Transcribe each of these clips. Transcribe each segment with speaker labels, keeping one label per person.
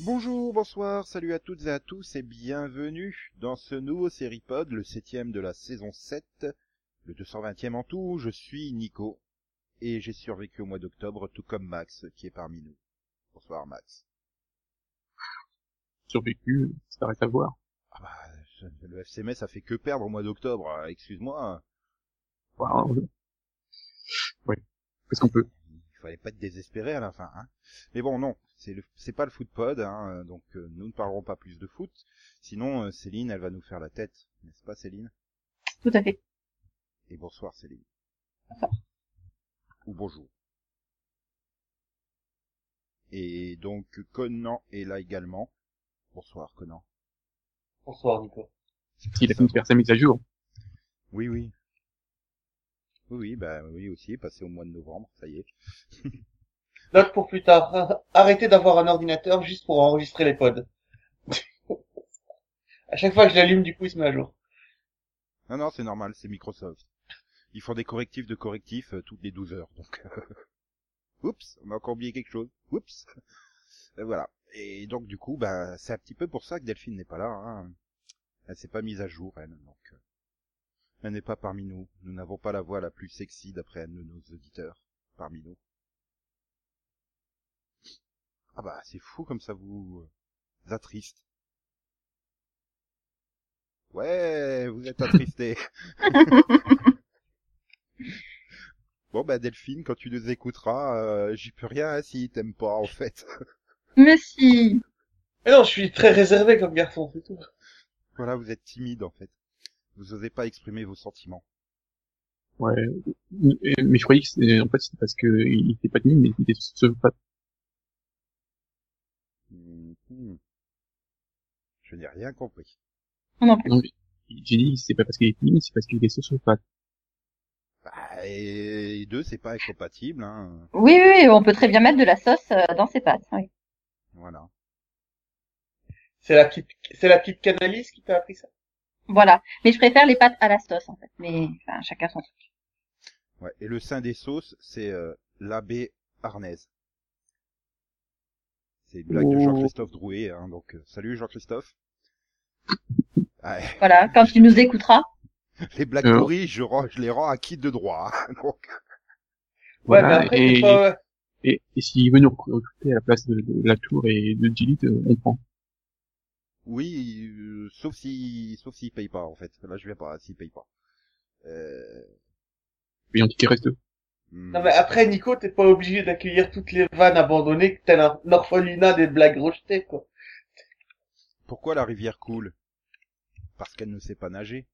Speaker 1: Bonjour, bonsoir, salut à toutes et à tous et bienvenue dans ce nouveau Seripod, le septième de la saison 7, le 220e en tout. Je suis Nico et j'ai survécu au mois d'octobre tout comme Max qui est parmi nous. Bonsoir Max.
Speaker 2: Survécu, ça reste à voir.
Speaker 1: Ah bah, je- le FCM ça fait que perdre au mois d'octobre, euh, excuse-moi,
Speaker 2: Voilà. Oui. Qu'est-ce qu'on peut
Speaker 1: il fallait pas te désespérer à la fin. Hein. Mais bon non, c'est le- c'est pas le footpod, hein, euh, donc euh, nous ne parlerons pas plus de foot, sinon euh, Céline elle va nous faire la tête, n'est-ce pas Céline
Speaker 3: Tout à fait.
Speaker 1: Et bonsoir Céline. Ou bonjour. Et donc Conan est là également. Bonsoir Conan.
Speaker 4: Bonsoir Nico.
Speaker 2: Il a fini de faire sa mise à jour.
Speaker 1: Oui oui. Oui oui bah oui aussi passé au mois de novembre ça y est.
Speaker 4: Note pour plus tard. Arrêtez d'avoir un ordinateur juste pour enregistrer les pods. à chaque fois que je l'allume, du coup, il se met à jour.
Speaker 1: Non non c'est normal c'est Microsoft. Ils font des correctifs de correctifs euh, toutes les 12 heures donc. euh, Oups on a encore oublié quelque chose. Oups. Et voilà. Et donc du coup bah c'est un petit peu pour ça que Delphine n'est pas là. Hein. Elle s'est pas mise à jour elle donc. euh, Elle n'est pas parmi nous. Nous n'avons pas la voix la plus sexy d'après un de nos auditeurs parmi nous. Ah bah c'est fou comme ça vous, vous attriste. Ouais, vous êtes attristé. bon bah Delphine, quand tu nous écouteras, euh, j'y peux rien hein, si t'aimes pas en fait.
Speaker 3: Mais si
Speaker 4: Mais non, je suis très réservé comme garçon, c'est tout.
Speaker 1: voilà, vous êtes timide en fait. Vous osez pas exprimer vos sentiments.
Speaker 2: Ouais. Et- Mais je croyais que c'est- en fait c'était parce que il était pas timide, mais il était se pas.
Speaker 1: Mhm. Je n'ai rien compris.
Speaker 3: On en peut.
Speaker 2: Non, j'ai dit c'est pas parce qu'il est timide, c'est parce qu'il est sociopathe.
Speaker 1: Bah, et les deux, c'est pas incompatible, hein.
Speaker 3: Oui, oui, oui, on peut très bien mettre de la sauce euh, dans ses pâtes. Oui.
Speaker 1: Voilà.
Speaker 4: C'est la petite, c'est la petite canalise qui t'a appris ça.
Speaker 3: Voilà. Mais je préfère les pâtes à la sauce, en fait. Mais enfin, chacun son truc.
Speaker 1: Ouais. Et le saint des sauces, c'est euh, l'abbé Arnaise. C'est une blague de
Speaker 2: Oh.
Speaker 1: Jean-Christophe Drouet, hein, donc euh, salut Jean-Christophe. Ah,
Speaker 3: Voilà, quand tu nous écouteras.
Speaker 1: les blagues
Speaker 2: Euh.
Speaker 1: pourries, je, rends- je les rends à qui de droit. hein, donc.
Speaker 4: Ouais,
Speaker 2: Voilà,
Speaker 4: mais après,
Speaker 2: et,
Speaker 4: c'est pas- ouais.
Speaker 2: et, et s'il veut nous recruter à la place de, de la tour et de Gilly, euh, on prend.
Speaker 1: Oui, euh, sauf si, sauf s'il paye pas en fait. Là, je vais pas s'il paye pas. Euh...
Speaker 2: Payant ticket reste.
Speaker 1: hmm.
Speaker 4: Non, mais après, Nico, t'es pas obligé d'accueillir toutes les vannes abandonnées que t'as un un orphelinat des blagues rejetées, quoi.
Speaker 1: Pourquoi la rivière coule Parce qu'elle ne sait pas nager.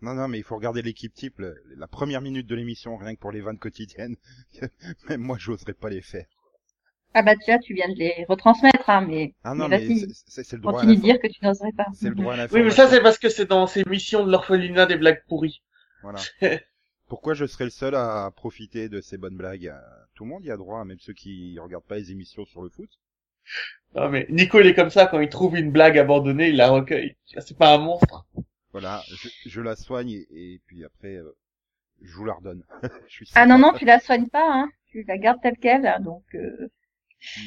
Speaker 1: Non, non, mais il faut regarder l'équipe type, le- la première minute de l'émission, rien que pour les vannes quotidiennes. Même moi, j'oserais pas les faire.
Speaker 3: Ah bah déjà, tu viens de les retransmettre, hein, mais,
Speaker 1: Ah non,
Speaker 3: mais
Speaker 1: mais
Speaker 3: vas-y,
Speaker 1: c'est- c'est c'est le droit à
Speaker 3: continue
Speaker 1: la
Speaker 3: de dire que tu n'oserais pas.
Speaker 1: C'est le droit à la
Speaker 4: Oui, mais ça, c'est parce que c'est dans ces missions de l'orphelinat des blagues pourries.
Speaker 1: Voilà. Pourquoi je serais le seul à profiter de ces bonnes blagues euh, Tout le monde y a droit, même ceux qui regardent pas les émissions sur le foot.
Speaker 4: Non, mais Nico, il est comme ça, quand il trouve une blague abandonnée, il la recueille. C'est pas un monstre.
Speaker 1: Voilà, je, je la soigne et, et puis après, euh, je vous la redonne. je suis
Speaker 3: Ah non, non, tu la soignes pas, hein. Tu la gardes telle qu'elle, hein, donc euh,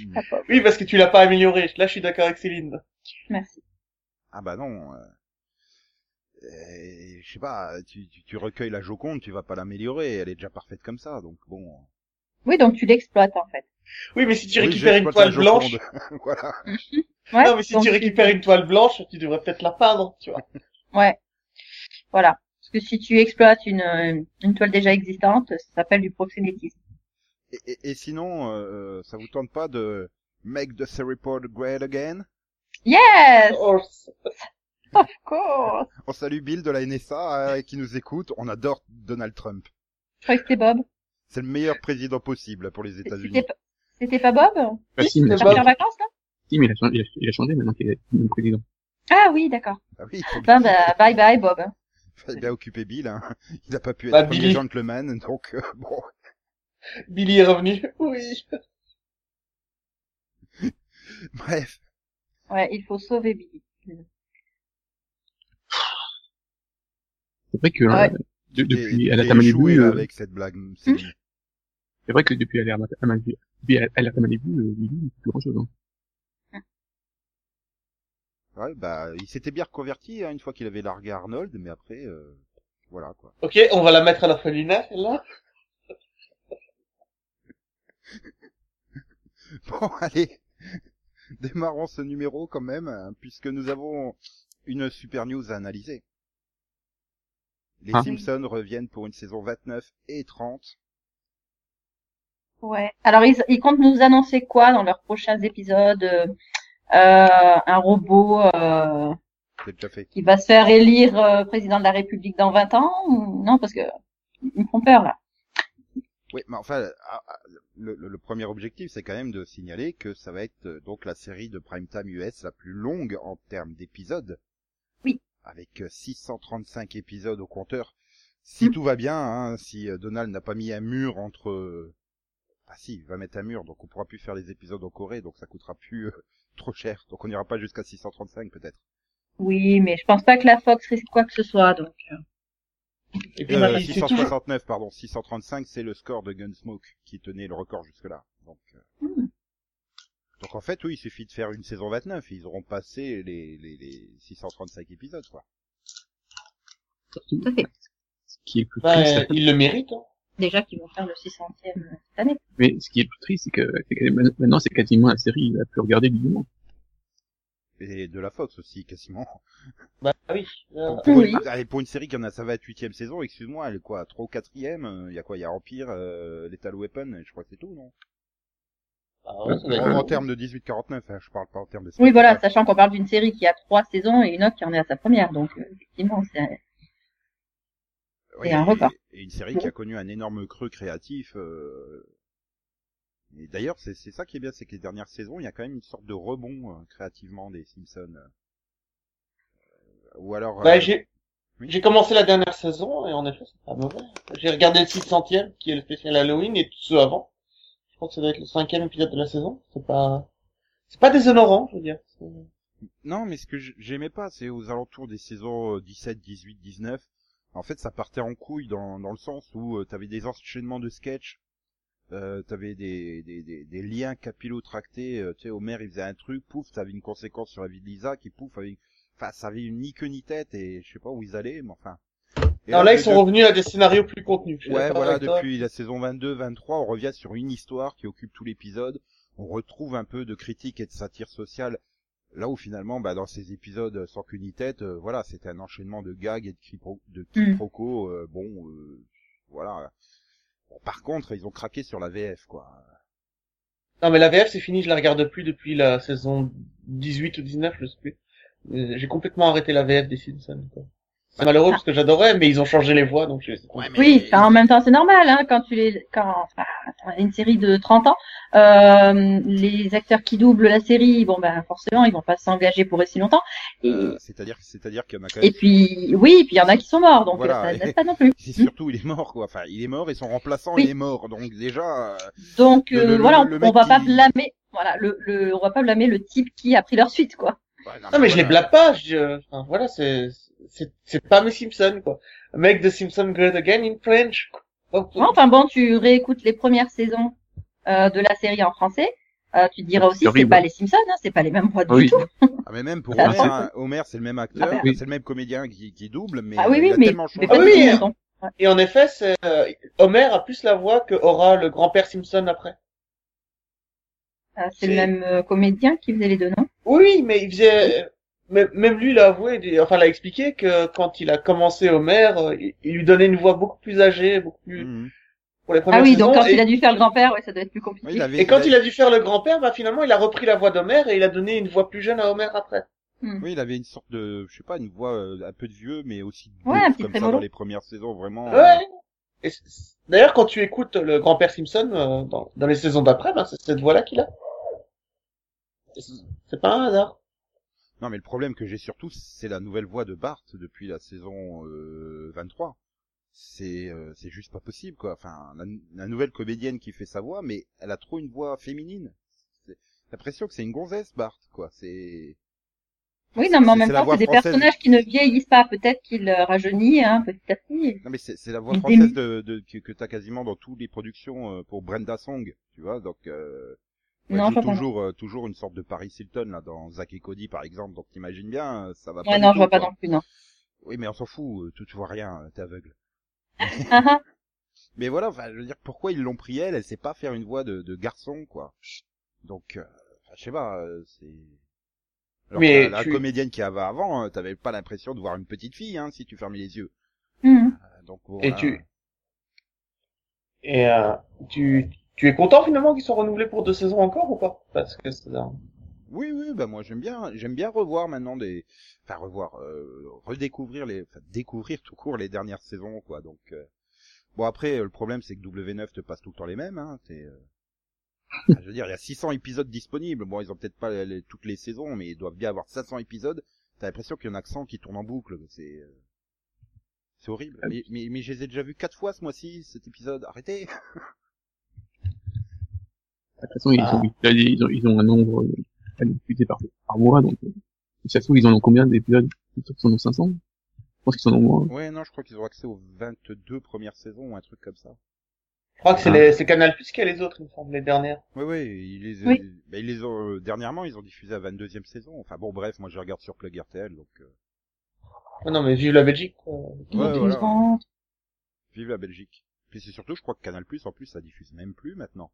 Speaker 1: non.
Speaker 3: la pauvre.
Speaker 4: Oui, parce que tu l'as pas amélioré. Là, je suis d'accord avec Céline.
Speaker 3: Merci.
Speaker 1: Ah bah non. euh, euh, je sais pas, tu, tu, tu recueilles la Joconde, tu vas pas l'améliorer, elle est déjà parfaite comme ça, donc bon.
Speaker 3: Oui, donc tu l'exploites, en fait.
Speaker 4: Oui, mais si tu
Speaker 1: Oui,
Speaker 4: récupères une
Speaker 1: j'exploite la
Speaker 4: toile blanche,
Speaker 1: Joconde. voilà.
Speaker 3: Ouais,
Speaker 4: non, mais si
Speaker 3: donc
Speaker 4: tu récupères une toile blanche, tu devrais peut-être la peindre, tu vois.
Speaker 3: Ouais. Voilà. Parce que si tu exploites une, euh, une toile déjà existante, ça s'appelle du proxénétisme.
Speaker 1: Et, et- et sinon, euh, ça vous tente pas de make the Seripod great again
Speaker 3: Yes!
Speaker 4: Oh, c'est-
Speaker 3: Of
Speaker 4: Oh,
Speaker 3: course!
Speaker 1: On salue Bill de la NSA euh, qui nous écoute, on adore Donald Trump.
Speaker 3: Je croyais que c'était Bob.
Speaker 1: C'est le meilleur président possible pour les
Speaker 3: C'était
Speaker 1: États-Unis.
Speaker 3: pas- c'était pas Bob?
Speaker 2: Bah,
Speaker 4: Oui,
Speaker 2: si, mais il
Speaker 4: c'est
Speaker 2: a
Speaker 3: T'es
Speaker 4: Bob.
Speaker 3: parti en
Speaker 2: changé.
Speaker 3: vacances, là?
Speaker 2: Si, mais il a changé, il a- il a changé maintenant qu'il est le président.
Speaker 3: Ah oui, d'accord.
Speaker 1: Ah oui, il faut
Speaker 3: Ben,
Speaker 1: bien-
Speaker 3: bah, bye bye, Bob.
Speaker 1: il a occupé Bill, hein. il a pas pu être
Speaker 4: Bah,
Speaker 1: premier
Speaker 4: Billy.
Speaker 1: gentleman, donc euh, bon.
Speaker 4: Billy est revenu. Oui.
Speaker 1: Bref,
Speaker 3: Ouais, il faut sauver Billy.
Speaker 2: C'est vrai que
Speaker 3: Ouais.
Speaker 2: euh, de- depuis elle a Malibu, euh,
Speaker 1: avec cette blague. c'est-
Speaker 4: Hmm.
Speaker 2: c'est vrai que depuis elle a Malibu, depuis elle a Malibu, euh, Lily, il fait plus grand chose. Hein.
Speaker 1: Ouais, bah, il s'était bien reconverti hein, une fois qu'il avait largué Arnold, mais après, euh, voilà quoi.
Speaker 4: Ok, on va la mettre à l'orphelinat, là.
Speaker 1: Bon, allez, démarrons ce numéro quand même, hein, puisque nous avons une super news à analyser. Les
Speaker 2: Ah.
Speaker 1: Simpsons reviennent pour une saison 29 et 30.
Speaker 3: Ouais. Alors ils, ils comptent nous annoncer quoi dans leurs prochains épisodes euh, euh, Un robot euh,
Speaker 1: C'est déjà fait.
Speaker 3: qui va se faire élire euh, président de la République dans 20 ans ou- Non, parce que ils me font peur là.
Speaker 1: Oui, mais enfin, ah, ah, le, le- le premier objectif, c'est quand même de signaler que ça va être euh, donc la série de primetime US la plus longue en termes d'épisodes.
Speaker 3: Oui.
Speaker 1: Avec euh, 635 épisodes au compteur. Si
Speaker 3: Mm.
Speaker 1: tout va bien, hein, si euh, Donald n'a pas mis un mur entre... euh, Ah si, il va mettre un mur, donc on pourra plus faire les épisodes en Corée, donc ça coûtera plus euh, trop cher. Donc on n'ira pas jusqu'à 635 peut-être.
Speaker 3: Oui, mais je pense pas que la Fox risque quoi que ce soit. Donc euh,
Speaker 4: Et puis,
Speaker 1: Euh,
Speaker 4: il suit toujours-
Speaker 1: 669, pardon. 635, c'est le score de Gunsmoke qui tenait le record jusque-là. Donc, euh,
Speaker 3: Hmm.
Speaker 1: donc en fait, oui, il suffit de faire une saison 29. Ils auront passé les, les, les 635 épisodes, quoi.
Speaker 2: Surtout,
Speaker 3: Tout à fait.
Speaker 2: ce qui est le plus
Speaker 4: Ben,
Speaker 2: triste,
Speaker 4: il le mérite, hein.
Speaker 3: déjà qu'ils vont faire le 600e cette année.
Speaker 2: mais ce qui est le plus triste, c'est que, c'est que maintenant c'est quasiment la série la plus regardée du monde.
Speaker 1: Et de la Fox aussi, quasiment.
Speaker 4: Bah oui. Euh,
Speaker 1: Pour, pour
Speaker 3: Oui.
Speaker 1: une, allez, pour une série qui en a, ça va être huitième saison, excuse-moi, elle est quoi, 3 ou 4 Il y a quoi, il y a Empire, euh, Lethal Weapon, je crois que c'est tout, non
Speaker 4: bah ouais, ça doit
Speaker 1: En,
Speaker 4: être-
Speaker 1: en termes de 18-49, hein, je parle pas en termes de...
Speaker 3: Oui, voilà, sachant qu'on parle d'une série qui a trois saisons et une autre qui en est à sa première. Donc euh, effectivement, c'est
Speaker 1: Oui, Euh,
Speaker 3: Et un repas.
Speaker 1: Et une série qui a connu un énorme creux créatif. euh, Et d'ailleurs, c'est c'est ça qui est bien, c'est que les dernières saisons, il y a quand même une sorte de rebond euh, créativement des Simpsons. Euh, Ou alors,
Speaker 4: Bah,
Speaker 1: euh,
Speaker 4: j'ai,
Speaker 1: oui.
Speaker 4: j'ai commencé la dernière saison, et en effet, c'est pas mauvais. J'ai regardé le 600ème, qui est le spécial Halloween, et tout ce avant. Je crois que ça doit être le cinquième épisode de la saison. C'est pas, c'est pas déshonorant, je veux dire. C'est-
Speaker 1: non, mais ce que j- j'aimais pas, c'est aux alentours des saisons euh, 17, 18, 19. En fait, ça partait en couille dans, dans le sens où euh, t'avais des enchaînements de sketchs, euh, t'avais des, des, des, des liens capillotractés, euh, tu sais, Homer il faisait un truc, pouf, t'avais une conséquence sur la vie de Lisa qui pouf, avait, enfin, ça avait une ni queue ni tête et je sais pas où ils allaient, mais enfin. Et
Speaker 4: Alors là, ils
Speaker 1: de-
Speaker 4: sont
Speaker 1: de-
Speaker 4: revenus à des scénarios plus contenus. Je suis
Speaker 1: Ouais,
Speaker 4: d'accord
Speaker 1: voilà,
Speaker 4: avec toi.
Speaker 1: depuis la saison 22, 23, on revient sur une histoire qui occupe tout l'épisode. On retrouve un peu de critique et de satire sociale. Là où finalement, bah, dans ces épisodes sans qu'une tête, euh, voilà, c'était un enchaînement de gags et de, cripro-
Speaker 4: Mm.
Speaker 1: de quiproquos. euh, bon, euh, voilà. Bon, par contre, ils ont craqué sur la VF, quoi.
Speaker 4: Non, mais la VF, c'est fini, je la regarde plus depuis la saison 18 ou 19, je sais plus. Euh, J'ai complètement arrêté la VF des Simpsons, quoi. C'est malheureux parce que j'adorais, mais ils ont changé les voix, donc je
Speaker 3: Oui, enfin, en même temps, c'est normal, hein, quand tu les, quand, enfin, attends, une série de 30 ans, euh, les acteurs qui doublent la série, bon, ben, forcément, ils vont pas s'engager pour aussi longtemps. Et,
Speaker 1: Euh, c'est-à-dire, c'est-à-dire qu'il y en a quand
Speaker 3: et
Speaker 1: même.
Speaker 3: puis, oui, et puis il y en a qui sont morts, donc
Speaker 1: Voilà,
Speaker 3: euh, ça
Speaker 1: et-
Speaker 3: n'aide pas non plus.
Speaker 1: C'est surtout, il est mort, quoi. Enfin, il est mort et son remplaçant,
Speaker 3: Oui.
Speaker 1: il est mort. Donc déjà, euh,
Speaker 3: Donc,
Speaker 1: Le-
Speaker 3: euh,
Speaker 1: le- le-
Speaker 3: voilà, on,
Speaker 1: le
Speaker 3: on
Speaker 1: mec
Speaker 3: va pas
Speaker 1: qui-
Speaker 3: blâmer, voilà, le, le, on va pas blâmer le type qui a pris leur suite, quoi.
Speaker 1: ouais,
Speaker 4: Non, mais je les
Speaker 1: voilà.
Speaker 4: blague pas, je, enfin, voilà, c'est, c'est, c'est pas mes Simpsons, quoi. Make the Simpsons great again in French. Oh,
Speaker 3: Ouais, enfin bon, tu réécoutes les premières saisons, euh, de la série en français, euh, tu te diras aussi, c'est
Speaker 2: Terrible.
Speaker 3: pas les Simpsons, hein, c'est pas les mêmes voix du
Speaker 2: Oui.
Speaker 3: tout.
Speaker 1: Ah mais même pour
Speaker 3: Ah,
Speaker 1: Homer,
Speaker 2: c'est-
Speaker 1: hein. Homer c'est le même acteur,
Speaker 2: Ah, oui.
Speaker 1: c'est le même comédien qui, qui double, mais
Speaker 3: Ah oui,
Speaker 1: euh,
Speaker 3: oui,
Speaker 1: il a
Speaker 3: mais,
Speaker 1: tellement changé.
Speaker 3: mais pas
Speaker 4: Ah
Speaker 3: de
Speaker 4: oui,
Speaker 3: toute
Speaker 4: hein.
Speaker 3: façon.
Speaker 4: Et en effet, c'est, euh, Homer a plus la voix que aura le grand-père Simpson après.
Speaker 3: Euh, c'est le
Speaker 4: C'est-
Speaker 3: même euh, comédien qui faisait les deux, non
Speaker 4: Oui, mais il faisait, même même lui l'a avoué, des- enfin, l'a expliqué que quand il a commencé Homer, euh, il, il lui donnait une voix beaucoup plus âgée, beaucoup plus,
Speaker 1: Mhm.
Speaker 4: pour les premières
Speaker 3: Ah oui,
Speaker 4: saisons.
Speaker 3: donc quand
Speaker 4: et,
Speaker 3: il a dû faire le grand-père, ouais, ça doit être plus
Speaker 1: Oui,
Speaker 3: compliqué.
Speaker 1: il avait,
Speaker 4: et quand
Speaker 1: il
Speaker 4: il
Speaker 1: a-
Speaker 4: a dû faire le grand-père, bah, finalement, il a repris la voix d'Homer et il a donné une voix plus jeune à Homer après.
Speaker 1: oui, il avait une sorte de, je sais pas, une voix euh, un peu de vieux, mais aussi de
Speaker 3: Ouais, un
Speaker 1: ouf,
Speaker 3: petit
Speaker 1: comme ça
Speaker 3: trémolo.
Speaker 1: dans les premières saisons, vraiment. euh,
Speaker 4: Ouais. Et c- c- D'ailleurs, quand tu écoutes le grand-père Simpson euh, dans, dans les saisons d'après, ben, c'est cette voix-là qu'il a. Et c- C'est pas un hasard.
Speaker 1: Non, mais le problème que j'ai surtout, c'est la nouvelle voix de Bart depuis la saison euh, 23. C'est, euh, c'est juste pas possible, quoi. Enfin, la, la nouvelle comédienne qui fait sa voix, mais elle a trop une voix féminine. C'est- T'as l'impression que c'est une gonzesse, Bart, quoi. C'est.
Speaker 3: Oui, non, mais en
Speaker 1: C'est-
Speaker 3: même
Speaker 1: c'est la
Speaker 3: temps,
Speaker 1: voix
Speaker 3: c'est des
Speaker 1: française.
Speaker 3: personnages qui ne vieillissent pas. Peut-être qu'ils euh, rajeunissent hein, petit à petit.
Speaker 1: Non mais c'est c'est la voix
Speaker 3: Une
Speaker 1: française
Speaker 3: démi-
Speaker 1: de, de- que, que t'as quasiment dans toutes les productions euh, pour Brenda Song, tu vois. Donc euh, elle
Speaker 3: non,
Speaker 1: joue
Speaker 3: je vois pas.
Speaker 1: toujours euh, toujours une sorte de Paris Hilton là dans Zack et Cody par exemple. Donc t'imagines bien, euh, ça va pas.
Speaker 3: Ouais,
Speaker 1: du
Speaker 3: non,
Speaker 1: tout,
Speaker 3: je vois pas
Speaker 1: quoi.
Speaker 3: non plus, non.
Speaker 1: Oui mais on s'en fout, euh, tu, tu vois rien, euh, t'es aveugle.
Speaker 3: Ah, ah.
Speaker 1: Mais voilà, enfin, je veux dire, pourquoi ils l'ont pris elle Elle sait pas faire une voix de, de garçon, quoi. Donc, euh, enfin, je sais pas, euh, c'est... Alors
Speaker 4: Mais
Speaker 1: que la, la
Speaker 4: tu-
Speaker 1: comédienne qui avait avant, euh, t'avais pas l'impression de voir une petite fille, hein, si tu fermais les yeux.
Speaker 3: Mhm.
Speaker 1: Euh, Donc, bon,
Speaker 4: Et
Speaker 1: là,
Speaker 4: tu- Et euh, tu, tu es content finalement qu'ils soient renouvelés pour deux saisons encore ou pas Parce que c'est un-
Speaker 1: Oui, oui, bah moi j'aime bien, j'aime bien revoir maintenant des, enfin revoir, euh, redécouvrir les, enfin, découvrir tout court les dernières saisons, quoi. Donc euh, bon après euh, le problème c'est que W9 te passe tout le temps les mêmes, hein. t'es, euh, enfin, je veux dire il y a 600 épisodes disponibles. Bon ils ont peut-être pas les- les- toutes les saisons, mais ils doivent bien avoir 500 épisodes. T'as l'impression qu'il y en a que 100 qui tournent en boucle. C'est euh, c'est horrible. Mais, mais, mais je les ai déjà vus quatre fois ce mois-ci cet épisode. Arrêtez.
Speaker 2: De toute façon, ils,
Speaker 4: Ah.
Speaker 2: ont, ils, ont, ils ont un nombre euh, à diffuser par, par mois, donc euh, ça se trouve, ils en ont combien d'épisodes Ils en ont 500 Je pense qu'ils en ont moins.
Speaker 1: Ouais non je crois qu'ils ont accès aux 22 premières saisons ou un truc comme ça.
Speaker 4: Je crois que c'est
Speaker 2: Ah.
Speaker 4: les- c'est Canal Plus qui a les autres, il me semble, les dernières.
Speaker 1: Oui, oui, ils les,
Speaker 3: Oui.
Speaker 1: bah, ils les ont, euh, dernièrement, ils ont diffusé la 22e saison. Enfin bon, bref, moi je regarde sur Plug RTL, donc euh,
Speaker 4: Ah non, mais vive la Belgique. quoi.
Speaker 1: Ouais,
Speaker 3: Ils
Speaker 1: voilà.
Speaker 3: ont-
Speaker 1: vive la Belgique. Puis c'est surtout, je crois que Canal+, en plus, ça diffuse même plus maintenant.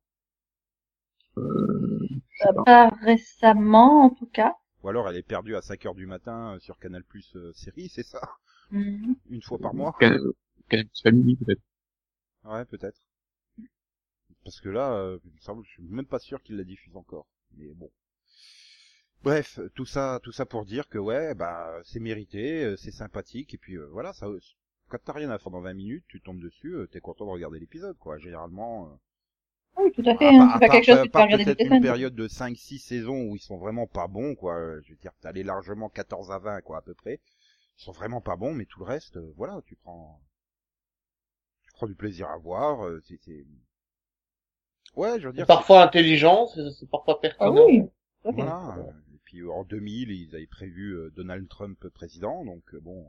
Speaker 2: Euh, je sais
Speaker 3: euh,
Speaker 2: pas.
Speaker 3: Pas récemment, en tout cas.
Speaker 1: Ou alors elle est perdue à 5 heures du matin euh, sur Canal+, euh, série, c'est ça
Speaker 3: Mhm.
Speaker 1: Une fois par mois
Speaker 2: Canal Canal Plus Family, peut-être.
Speaker 1: Ouais, peut-être. Parce que là, euh, il me semble- je suis même pas sûr qu'il la diffuse encore. Mais bon. Bref, tout ça, tout ça pour dire que ouais, bah c'est mérité, euh, c'est sympathique et puis euh, voilà, ça. Quand t'as rien à faire dans 20 minutes, tu tombes dessus, euh, t'es content de regarder l'épisode, quoi. Généralement, euh,
Speaker 3: Oui, tout à
Speaker 1: à
Speaker 3: fait.
Speaker 1: part-
Speaker 3: hein.
Speaker 1: Ah, bah, à
Speaker 3: C'est pas
Speaker 1: part- euh,
Speaker 3: quelque chose
Speaker 1: à
Speaker 3: que tu peux
Speaker 1: part
Speaker 3: regarder
Speaker 1: peut-être
Speaker 3: des
Speaker 1: une
Speaker 3: semaines.
Speaker 1: période de 5-6 saisons où ils sont vraiment pas bons, quoi. euh, Je veux dire, t'allais largement 14 à 20, quoi, à peu près. Ils sont vraiment pas bons, mais tout le reste, euh, voilà, tu prends, tu prends du plaisir à voir, euh, c'est, c'est- Ouais, je veux dire,
Speaker 4: C'est parfois intelligent, c'est c'est parfois
Speaker 3: Ah
Speaker 4: pertinent.
Speaker 3: oui. tout à fait.
Speaker 1: voilà. euh, Et puis, euh, en 2000, ils avaient prévu euh, Donald Trump président, donc, euh, bon.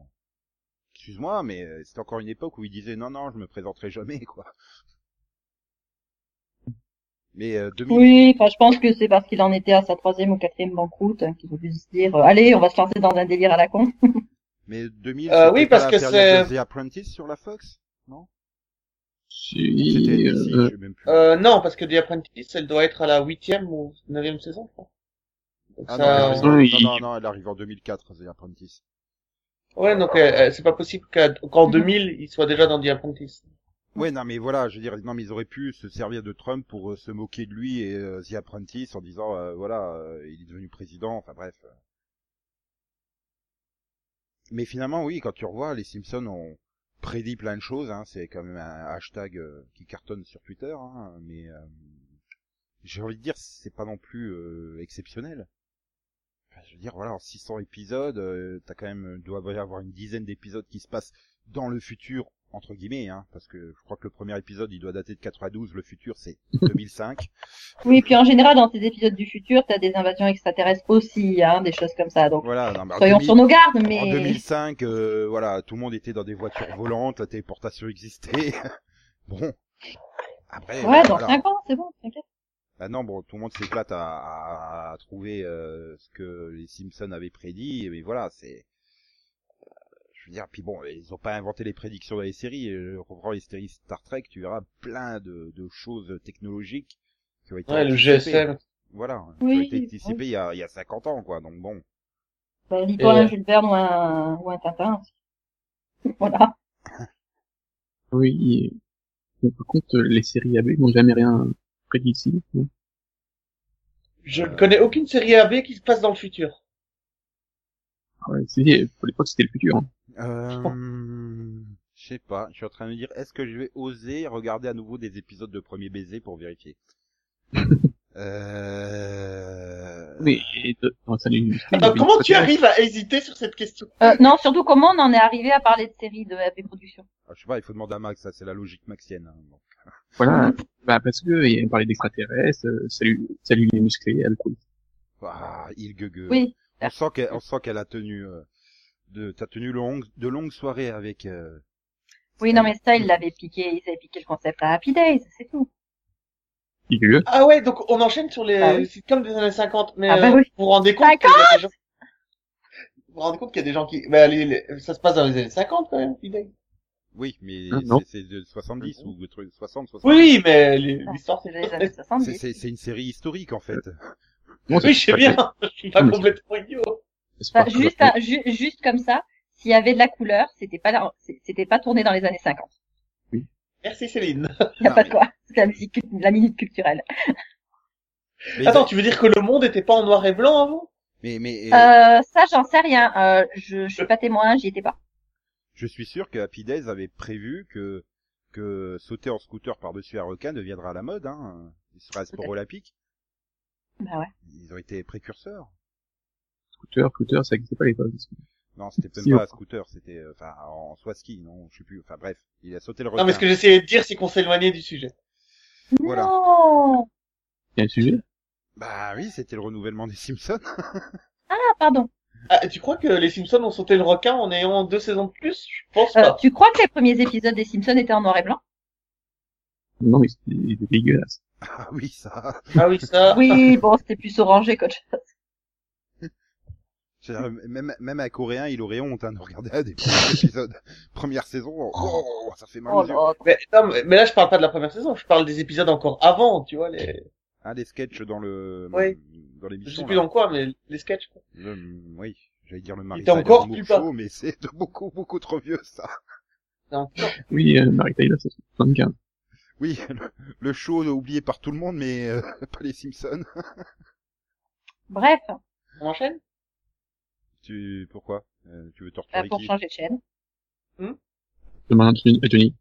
Speaker 1: Excuse-moi, mais euh, c'était encore une époque où ils disaient non, non, je me présenterai jamais, quoi. Mais euh, 2000,
Speaker 3: Oui, enfin, je pense que c'est parce qu'il en était à sa troisième ou quatrième banqueroute hein, qu'ils ont dû se dire, euh, allez, on va se lancer dans un délire à la con.
Speaker 1: Mais 2000,
Speaker 4: Euh,
Speaker 1: c'était
Speaker 4: oui,
Speaker 1: pas
Speaker 4: parce
Speaker 1: la
Speaker 4: que
Speaker 1: période
Speaker 4: c'est-
Speaker 1: de The Apprentice sur la Fox C'était NBC,
Speaker 2: J'ai, euh,
Speaker 1: je sais même plus.
Speaker 4: Euh, non, parce que The Apprentice, elle doit être à la huitième ou neuvième saison, je crois. Donc
Speaker 1: Ah,
Speaker 4: ça-
Speaker 1: non, non,
Speaker 2: euh,
Speaker 1: non, non, non, elle arrive en 2004, The Apprentice.
Speaker 4: Ouais, donc euh, euh, c'est pas possible qu'à- qu'en 2000, il soit déjà dans The Apprentice.
Speaker 1: Ouais, non, mais voilà, je veux dire, non, mais ils auraient pu se servir de Trump pour euh, se moquer de lui et euh, The Apprentice en disant, euh, voilà, euh, il est devenu président, enfin bref. Mais finalement, oui, quand tu revois, les Simpsons ont prédit plein de choses, hein, c'est quand même un hashtag euh, qui cartonne sur Twitter, hein, mais euh, j'ai envie de dire, c'est pas non plus euh, exceptionnel. Enfin, je veux dire, voilà, en 600 épisodes, euh, t'as quand même, doit y avoir une dizaine d'épisodes qui se passent dans le futur, entre guillemets, hein, parce que je crois que le premier épisode, il doit dater de 92, le futur, c'est 2005.
Speaker 3: Oui, puis en général, dans ces épisodes du futur, t'as des invasions extraterrestres aussi, hein, des choses comme ça. Donc,
Speaker 1: Voilà, non, mais en
Speaker 3: soyons
Speaker 1: 2000
Speaker 3: sur nos gardes,
Speaker 1: En
Speaker 3: mais
Speaker 1: 2005, euh, voilà, tout le monde était dans des voitures volantes, la téléportation existait. bon. Après,
Speaker 3: ouais,
Speaker 1: euh,
Speaker 3: dans
Speaker 1: voilà.
Speaker 3: cinq ans, c'est bon, t'inquiète.
Speaker 1: Maintenant, Bah bon, tout le monde s'éclate à, à- à trouver euh, ce que les Simpsons avaient prédit, mais voilà, c'est... euh, Je veux dire, puis bon, ils ont pas inventé les prédictions dans les séries. euh, Reprends les séries Star Trek, tu verras plein de, de choses technologiques qui ont été
Speaker 4: Ouais, le
Speaker 1: anticipées.
Speaker 4: GSM.
Speaker 1: Voilà, qui ont
Speaker 3: Oui,
Speaker 1: été anticipées
Speaker 3: oui.
Speaker 1: il, y a, il y a 50 ans, quoi, donc bon.
Speaker 3: Ben, lis-toi
Speaker 4: Et-
Speaker 1: euh,
Speaker 3: un Jules Verne ou un, ou un Tintin. voilà.
Speaker 2: oui, il- bon, par contre, euh, les séries AB n'ont jamais rien prédit ici. non
Speaker 4: Je ne
Speaker 1: Euh.
Speaker 4: connais aucune série AB qui se passe dans le futur.
Speaker 2: Ah ouais, c'est- pour l'époque, c'était le futur. hein.
Speaker 1: Euh... Je sais pas, je suis en train de me dire, est-ce que je vais oser regarder à nouveau des épisodes de Premier Baiser pour vérifier euh...
Speaker 2: Mais et de- dans la salle du-
Speaker 4: Attends,
Speaker 2: du-
Speaker 4: Euh, comment
Speaker 2: du-
Speaker 4: tu arrives à hésiter sur cette question
Speaker 3: Euh, non, surtout comment on en est arrivé à parler de séries de AB Productions.
Speaker 1: Ah, je sais pas, il faut demander à Max, ça c'est la logique maxienne. hein, bon.
Speaker 2: Voilà,
Speaker 4: Mmh.
Speaker 2: bah parce que il parlait d'extraterrestres, euh, salut, salut les musclés avec
Speaker 1: Ah, il gueugue.
Speaker 3: Oui.
Speaker 1: On sent qu'elle, on sent qu'elle a tenu, euh, de, t'as tenu longue, de longues soirées avec, euh,
Speaker 3: Oui, non, mais ça, ils l'avaient piqué, ils avaient piqué le concept à Happy Days, c'est tout.
Speaker 2: Il est
Speaker 4: Ah ouais, donc on enchaîne sur les
Speaker 3: Ah oui.
Speaker 4: sitcoms des années 50, mais
Speaker 3: Ah bah
Speaker 4: euh,
Speaker 3: oui.
Speaker 4: vous vous rendez compte qu'il y a des gens... Vous vous rendez compte qu'il y a des gens qui... Bah, les- les- Ça se passe dans les années 50 quand même, l'idée.
Speaker 1: oui, mais
Speaker 2: Ah, non.
Speaker 1: c'est- c'est de 70 ou de 60, 60.
Speaker 4: Oui, mais les-
Speaker 3: Ah,
Speaker 4: l'histoire c'est...
Speaker 3: C'est les années 70.
Speaker 1: C'est- C'est c'est une série historique en fait.
Speaker 2: Non,
Speaker 4: Oui, je sais bien, je suis pas
Speaker 2: Ah, mais c'est-
Speaker 4: complètement idiot.
Speaker 2: C'est
Speaker 3: Enfin,
Speaker 4: Bah,
Speaker 2: pas-
Speaker 3: juste, un- ju- juste comme ça, s'il y avait de la couleur, c'était pas, la- c'était pas tourné dans les années 50.
Speaker 4: Merci Céline.
Speaker 3: Y a
Speaker 1: Non,
Speaker 3: pas
Speaker 1: mais-
Speaker 3: de quoi. C'est la musique, cult- la minute culturelle.
Speaker 1: Mais,
Speaker 4: Attends, tu veux dire que le monde était pas en noir et blanc avant
Speaker 1: mais, mais euh,
Speaker 3: Euh, ça, j'en sais rien. Euh, je, je suis pas témoin, j'y étais pas.
Speaker 1: je suis sûr que Happy Days avait prévu que que sauter en scooter par-dessus un requin deviendra la mode. Hein. Il sera un sport
Speaker 3: Peut-être.
Speaker 1: olympique.
Speaker 3: Bah ouais.
Speaker 1: Ils ont été précurseurs.
Speaker 2: Scooter, scooter, ça n'existait pas à l'époque.
Speaker 1: Non, c'était
Speaker 2: Si,
Speaker 1: même pas
Speaker 2: au-
Speaker 1: un scooter, c'était euh, enfin en soit ski, non, je sais plus. Enfin bref, il a sauté le requin.
Speaker 4: Non, mais ce que j'essayais de dire, c'est qu'on s'éloignait du sujet.
Speaker 1: Voilà.
Speaker 3: Non.
Speaker 2: Il y a un sujet.
Speaker 1: Bah oui, c'était le renouvellement des Simpsons.
Speaker 3: Ah, pardon.
Speaker 4: Ah, tu crois que les Simpsons ont sauté le requin en ayant deux saisons de plus Je pense
Speaker 3: Euh,
Speaker 4: pas.
Speaker 3: tu crois que les premiers épisodes des Simpsons étaient en noir et blanc
Speaker 2: Non, mais c'était- il était dégueulasse.
Speaker 1: Ah oui, ça.
Speaker 4: Ah oui, ça.
Speaker 3: Euh, Oui, bon, c'était plus orangé qu'autre chose.
Speaker 1: Je veux dire, Même même un Coréen, il aurait honte hein, de regarder un des premiers épisodes. Première saison, oh, oh, ça fait mal
Speaker 3: Oh,
Speaker 1: aux yeux.
Speaker 3: non.
Speaker 4: Mais, non, mais mais là, je parle pas de la première saison, je parle des épisodes encore avant, tu vois. Les...
Speaker 1: Ah, des sketchs dans le
Speaker 4: Oui.
Speaker 1: dans
Speaker 4: Je
Speaker 1: l'émission.
Speaker 4: sais plus
Speaker 1: là.
Speaker 4: dans quoi, mais les sketchs. quoi.
Speaker 1: Le- oui, j'allais dire le mari
Speaker 4: était encore plus bas.
Speaker 1: mais c'est de beaucoup, beaucoup trop vieux, ça.
Speaker 4: Non.
Speaker 2: Oui, euh, Marie Taylor, c'est 75.
Speaker 1: Oui, le, le show oublié par tout le monde, mais euh, pas les Simpsons.
Speaker 3: Bref,
Speaker 4: On enchaîne
Speaker 1: Tu, pourquoi Euh, Tu veux
Speaker 3: bah,
Speaker 4: Ah,
Speaker 1: torturer
Speaker 3: pour
Speaker 1: qui
Speaker 3: changer de chaîne.
Speaker 2: Demande à Tony- à Tony.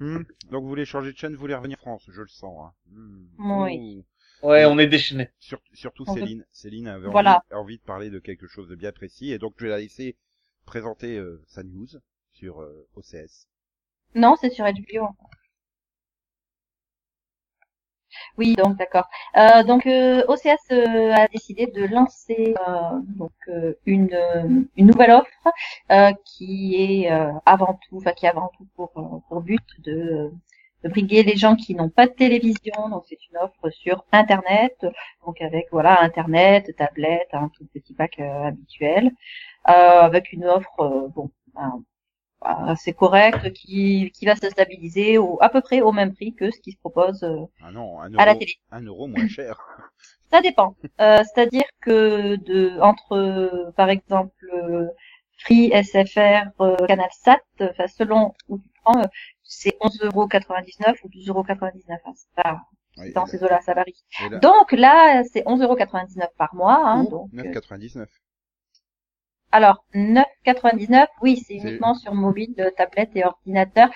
Speaker 1: Hmm, Donc vous voulez changer de chaîne, vous voulez revenir en France, je le sens. Hein. Hmm.
Speaker 3: Oui.
Speaker 1: Ouh.
Speaker 4: Ouais, on est déchaîné.
Speaker 1: Sur- surtout
Speaker 3: On veut-
Speaker 1: Céline. Céline avait
Speaker 3: Voilà.
Speaker 1: envie, envie de parler de quelque chose de bien précis, et donc je vais la laisser présenter euh, sa news sur euh, OCS.
Speaker 3: Non, c'est sur HBO. Oui, donc d'accord. Euh, donc euh, OCS euh, a décidé de lancer euh, donc euh, une, euh, une nouvelle offre euh, qui est euh, avant tout, enfin qui a avant tout pour, euh, pour but de, de briguer les gens qui n'ont pas de télévision. Donc c'est une offre sur Internet, donc avec voilà Internet, tablette, un tout petit pack euh, habituel, euh, avec une offre euh, bon. un- assez correct, qui, qui va se stabiliser au, à peu près au même prix que ce qui se propose euh,
Speaker 1: Ah non, un
Speaker 3: à la
Speaker 1: euro,
Speaker 3: télé.
Speaker 1: un euro moins cher.
Speaker 3: Ça dépend. Euh, C'est-à-dire que de entre euh, par exemple euh, Free, SFR, euh, Canal Sat, euh, enfin, selon où tu prends, euh, c'est 11,99€ ou 12,99€. Hein, c'est pas-
Speaker 1: Oui,
Speaker 3: dans
Speaker 1: et
Speaker 3: ces eaux-là, ça varie.
Speaker 1: là- et là-
Speaker 3: Donc là, c'est 11,99€ par mois. Hein,
Speaker 1: ou
Speaker 3: donc, euh,
Speaker 1: 9,99.
Speaker 3: Alors, 9,99, oui, c'est
Speaker 1: C'est-
Speaker 3: uniquement sur mobile, euh, tablette et ordinateur.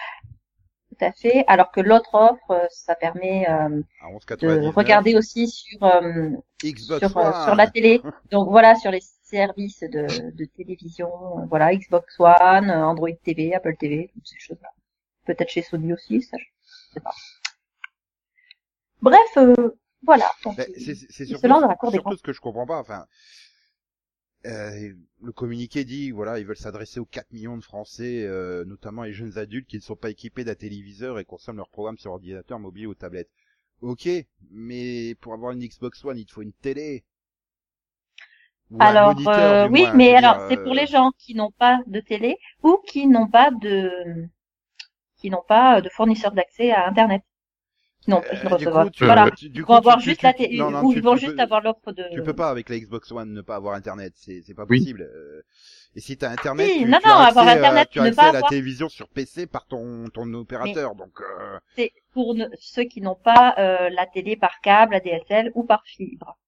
Speaker 3: Tout à fait. Alors que l'autre offre, euh, ça permet euh,
Speaker 1: À
Speaker 3: de
Speaker 1: 11,99.
Speaker 3: regarder aussi sur, euh,
Speaker 1: Xbox
Speaker 3: sur, euh,
Speaker 1: One.
Speaker 3: sur la télé. Donc voilà, sur les services de, de télévision, euh, voilà, Xbox One, euh, Android TV, Apple TV, toutes ces choses-là. Peut-être chez Sony aussi, ça je sais pas. Bref, euh, voilà. Donc,
Speaker 1: Ben,
Speaker 3: euh,
Speaker 1: c'est c'est
Speaker 3: Il
Speaker 1: surtout,
Speaker 3: se lance dans la cour des
Speaker 1: surtout
Speaker 3: grands.
Speaker 1: ce que je comprends pas. Enfin, euh, le communiqué dit, voilà, ils veulent s'adresser aux 4 millions de Français, euh, notamment les jeunes adultes qui ne sont pas équipés d'un téléviseur et consomment leurs programmes sur ordinateur mobile ou tablette. Ok, mais pour avoir une Xbox One, il te faut une télé. Ou un
Speaker 3: Alors
Speaker 1: moniteur,
Speaker 3: euh,
Speaker 1: du
Speaker 3: oui,
Speaker 1: moins, je
Speaker 3: mais
Speaker 1: veux dire,
Speaker 3: alors c'est pour
Speaker 1: euh,
Speaker 3: les gens qui n'ont pas de télé ou qui n'ont pas de qui n'ont pas de fournisseur d'accès à internet. Qui n'ont
Speaker 1: euh,
Speaker 3: qui ne
Speaker 1: du
Speaker 3: reçoivent.
Speaker 1: coup, tu-
Speaker 3: voilà.
Speaker 1: tu- du
Speaker 3: Ils
Speaker 1: coup,
Speaker 3: vont avoir
Speaker 1: tu- tu-
Speaker 3: juste la
Speaker 1: tu-
Speaker 3: télé
Speaker 1: non, non,
Speaker 3: ou
Speaker 1: tu-
Speaker 3: ils vont
Speaker 1: tu
Speaker 3: juste
Speaker 1: peux-
Speaker 3: avoir l'offre de
Speaker 1: Tu peux pas avec la Xbox One ne pas avoir Internet, c'est c'est pas
Speaker 2: Oui.
Speaker 1: possible. Euh, Et si t'as Internet,
Speaker 3: Si,
Speaker 1: tu,
Speaker 3: non,
Speaker 1: tu
Speaker 3: non,
Speaker 1: as accès,
Speaker 3: avoir
Speaker 1: euh,
Speaker 3: Internet,
Speaker 1: tu as
Speaker 3: ne
Speaker 1: accès
Speaker 3: pas
Speaker 1: à la
Speaker 3: avoir-
Speaker 1: télévision sur PC par ton ton opérateur, donc euh,
Speaker 3: c'est pour ne- ceux qui n'ont pas euh, la télé par câble, ADSL ou par fibre.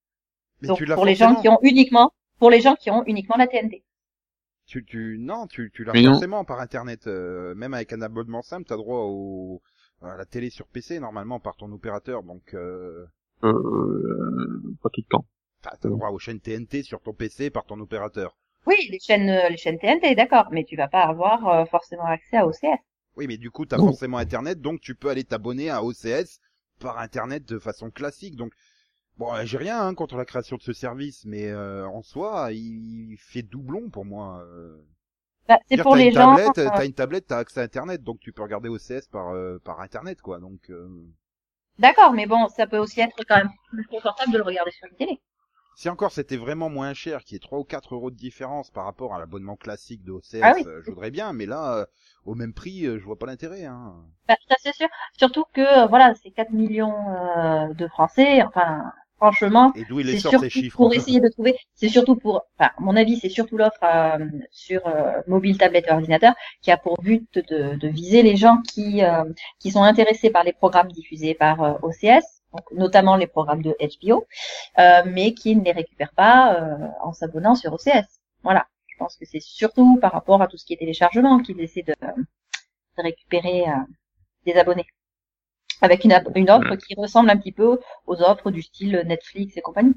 Speaker 1: mais
Speaker 3: Donc
Speaker 1: tu l'as
Speaker 3: pour les gens
Speaker 1: forcément.
Speaker 3: qui ont uniquement pour les gens qui ont uniquement la TNT.
Speaker 1: tu tu non tu tu l'as
Speaker 2: Mais non.
Speaker 1: forcément par Internet, euh, même avec un abonnement simple, t'as droit au à la télé sur PC normalement par ton opérateur, donc euh,
Speaker 2: Euh, pas tout le temps.
Speaker 1: enfin,
Speaker 2: Mm.
Speaker 1: t'as droit aux chaînes TNT sur ton PC par ton opérateur.
Speaker 3: Oui, les chaînes euh, les chaînes TNT, d'accord, mais tu vas pas avoir euh, forcément accès à OCS.
Speaker 1: Oui, mais du coup, t'as
Speaker 2: Non.
Speaker 1: forcément Internet, donc tu peux aller t'abonner à OCS par Internet de façon classique. Donc, Bon, euh, j'ai rien hein, contre la création de ce service, mais euh, en soi, il, il fait doublon pour moi. euh.
Speaker 3: Bah, c'est
Speaker 1: Dire,
Speaker 3: pour
Speaker 1: t'as
Speaker 3: les
Speaker 1: une
Speaker 3: gens.
Speaker 1: tablette,
Speaker 3: euh,
Speaker 1: T'as une tablette, t'as accès à Internet, donc tu peux regarder OCS par euh, par Internet, quoi. Donc euh,
Speaker 3: D'accord, mais bon, ça peut aussi être quand même plus confortable de le regarder sur une télé.
Speaker 1: si encore c'était vraiment moins cher, qu'il y ait 3 ou 4 euros de différence par rapport à l'abonnement classique de OCS,
Speaker 3: Ah oui.
Speaker 1: euh, je voudrais bien, mais là, euh, au même prix, euh, je vois pas l'intérêt. Hein.
Speaker 3: Bah, ça c'est sûr. Surtout que euh, voilà, c'est 4 millions euh, de Français. Enfin, franchement,
Speaker 1: Et d'où il
Speaker 3: c'est
Speaker 1: les sort
Speaker 3: surtout
Speaker 1: ces chiffres
Speaker 3: pour essayer de trouver. C'est surtout pour. Enfin, à mon avis, c'est surtout l'offre euh, sur euh, mobile, tablette et ordinateur qui a pour but de, de viser les gens qui euh, qui sont intéressés par les programmes diffusés par euh, OCS, donc notamment les programmes de HBO, euh, mais qui ne les récupèrent pas euh, en s'abonnant sur OCS. Voilà. Je pense que c'est surtout par rapport à tout ce qui est téléchargement qu'ils essaient de, de récupérer euh, des abonnés. Avec une, ab- une offre qui ressemble un petit peu aux offres du style Netflix et compagnie.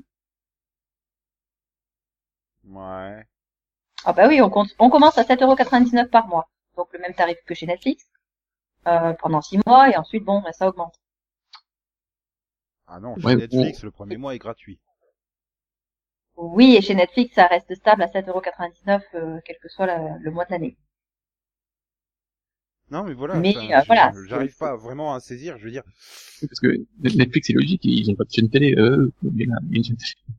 Speaker 1: Ouais.
Speaker 3: Ah bah oui, on, compte, on commence à 7,99€ par mois. Donc le même tarif que chez Netflix euh, pendant 6 mois et ensuite, bon, bah, ça augmente.
Speaker 1: Ah non, chez
Speaker 2: Ouais,
Speaker 1: Netflix, le premier mois est gratuit.
Speaker 3: Oui, et chez Netflix, ça reste stable à 7,99€ euh, quel que soit la- le mois de l'année.
Speaker 1: Non, mais voilà.
Speaker 3: Mais,
Speaker 1: enfin,
Speaker 3: euh,
Speaker 1: je-
Speaker 3: voilà,
Speaker 1: J'arrive
Speaker 3: c'est-
Speaker 1: pas vraiment à saisir. Je veux dire,
Speaker 2: Oui, Parce que Netflix, c'est logique, ils ont pas de chaîne télé, euh, mais là, il y a une chaîne télé.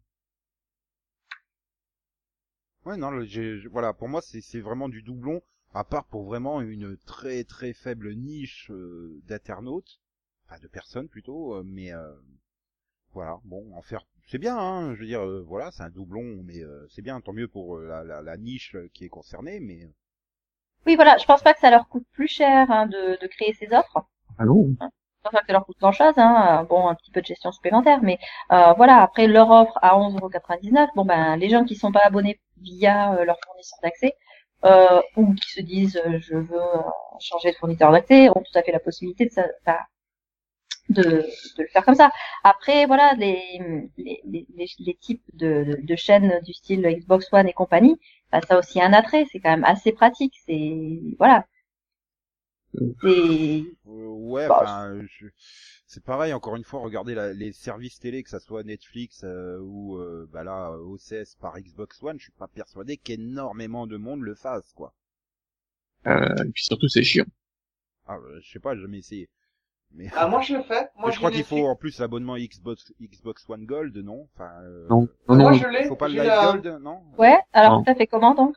Speaker 1: ouais, non, le- j'ai- je- voilà. Pour moi, c'est c'est vraiment du doublon, à part pour vraiment une très très faible niche euh, d'internautes, enfin de personnes plutôt. euh, mais euh, voilà, bon, en faire, c'est bien. Hein, je veux dire, euh, voilà, c'est un doublon, mais euh, c'est bien. Tant mieux pour euh, la, la, la niche euh, qui est concernée, mais
Speaker 3: Oui, voilà, je pense pas que ça leur coûte plus cher hein, de, de créer ces offres.
Speaker 2: Ah non?
Speaker 3: Je pense pas que ça leur coûte grand chose, hein. euh, bon un petit peu de gestion supplémentaire, mais euh, voilà, après leur offre à 11,99€, bon ben les gens qui sont pas abonnés via euh, leur fournisseur d'accès, euh, ou qui se disent euh, je veux euh, changer de fournisseur d'accès, ont tout à fait la possibilité de, ça- enfin, de, de le faire comme ça. Après voilà, les, les, les, les- les types de, de, de chaînes du style Xbox One et compagnie, ben, ça a aussi un attrait, c'est quand même assez pratique, c'est voilà. C'est
Speaker 1: Euh, ouais,
Speaker 3: Bah,
Speaker 1: enfin, je- c'est pareil. Encore une fois, regardez la- les services télé, que ça soit Netflix euh, ou euh, bah là euh, OCS par Xbox One, je suis pas persuadé qu'énormément de monde le fasse, quoi.
Speaker 2: Euh, et puis surtout, c'est chiant.
Speaker 1: Ah, euh, je sais pas, j'ai jamais essayé. Mais,
Speaker 4: Ah, moi, je le fais. Moi,
Speaker 1: Mais je crois
Speaker 4: l'ai
Speaker 1: qu'il
Speaker 4: fait.
Speaker 1: faut en plus l'abonnement Xbox Xbox One Gold, non Enfin, euh,
Speaker 2: Non, non, non.
Speaker 4: Moi, je l'ai.
Speaker 1: faut pas le
Speaker 4: J'ai
Speaker 1: Live
Speaker 4: la-
Speaker 1: Gold, non
Speaker 3: ouais, alors
Speaker 2: Non.
Speaker 3: ça fait comment donc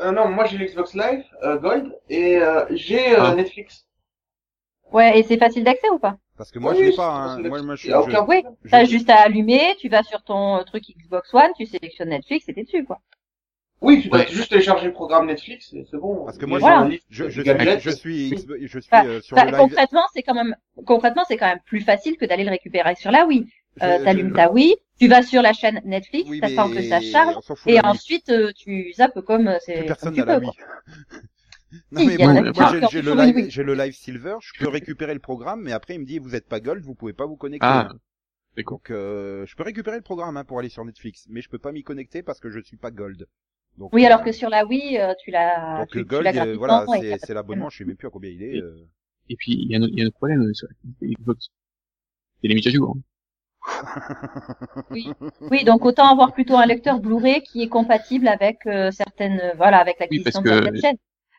Speaker 4: Euh, non, moi j'ai l'Xbox Live euh, Gold et euh, j'ai euh,
Speaker 2: Ah.
Speaker 4: Netflix.
Speaker 3: Ouais, et c'est facile d'accès ou pas
Speaker 1: Parce que moi
Speaker 4: Oui,
Speaker 1: je l'ai
Speaker 4: oui,
Speaker 1: pas.
Speaker 4: c'est
Speaker 1: Hein.
Speaker 4: possible.
Speaker 1: Moi, moi je,
Speaker 4: Il y a
Speaker 1: je-
Speaker 4: aucun
Speaker 3: Oui,
Speaker 4: problème.
Speaker 1: je-
Speaker 3: t'as juste à allumer, tu vas sur ton euh, truc Xbox One, tu sélectionnes Netflix et t'es dessus, quoi.
Speaker 4: Oui, tu dois
Speaker 2: Ouais.
Speaker 4: juste télécharger le programme Netflix, et c'est bon.
Speaker 1: Parce que moi,
Speaker 4: Il y a
Speaker 3: Voilà.
Speaker 4: un livre,
Speaker 1: je,
Speaker 4: des
Speaker 1: je suis,
Speaker 4: gadgets.
Speaker 1: je suis, Xbox- je suis
Speaker 3: Bah,
Speaker 1: euh, sur
Speaker 3: Enfin,
Speaker 1: le live.
Speaker 3: concrètement, c'est quand même concrètement, c'est quand même plus facile que d'aller le récupérer sur la Wii. Euh,
Speaker 1: je-
Speaker 3: t'allumes
Speaker 1: je-
Speaker 3: ta Wii, tu vas sur la chaîne Netflix,
Speaker 1: Oui,
Speaker 3: t'attends
Speaker 1: mais
Speaker 3: que ça charge,
Speaker 1: on s'en fout,
Speaker 3: et
Speaker 1: la Wii.
Speaker 3: ensuite euh, tu zappes comme euh,
Speaker 1: Plus
Speaker 3: c'est comme
Speaker 1: personne
Speaker 3: tu
Speaker 1: n'a la
Speaker 3: peux.
Speaker 1: Wii.
Speaker 3: quoi.
Speaker 1: non
Speaker 3: Si,
Speaker 1: mais
Speaker 3: il y a
Speaker 1: moi,
Speaker 2: la-
Speaker 1: moi,
Speaker 2: il y a
Speaker 1: j'ai-
Speaker 3: encore
Speaker 1: j'ai le
Speaker 3: toujours une
Speaker 1: live,
Speaker 3: Wii.
Speaker 1: j'ai le live Silver, je peux récupérer le programme, mais après il me dit vous êtes pas Gold, vous pouvez pas vous connecter.
Speaker 2: Ah. C'est con.
Speaker 1: Donc euh, je peux récupérer le programme hein, pour aller sur Netflix, mais je peux pas m'y connecter parce que je suis pas Gold. Donc,
Speaker 3: Oui,
Speaker 1: euh,
Speaker 3: alors que sur la Wii, euh, tu l'as
Speaker 1: donc
Speaker 3: tu,
Speaker 1: euh,
Speaker 3: tu
Speaker 1: Gold,
Speaker 3: l'as
Speaker 1: euh,
Speaker 3: gratuitement,
Speaker 1: voilà,
Speaker 3: ouais,
Speaker 1: c'est-
Speaker 3: t'as pas de
Speaker 1: c'est l'abonnement,
Speaker 3: problème.
Speaker 1: je sais même plus à combien il est. euh.
Speaker 2: Et puis, il y a un autre, il y a un autre problème euh, sur la qualité Xbox. C'est les mises à jour. hein.
Speaker 3: Oui, donc autant avoir plutôt un lecteur Blu-ray qui est compatible avec euh, certaines, euh, voilà, avec l'acquisition
Speaker 2: parce
Speaker 3: de
Speaker 2: que-
Speaker 3: certaines chaînes.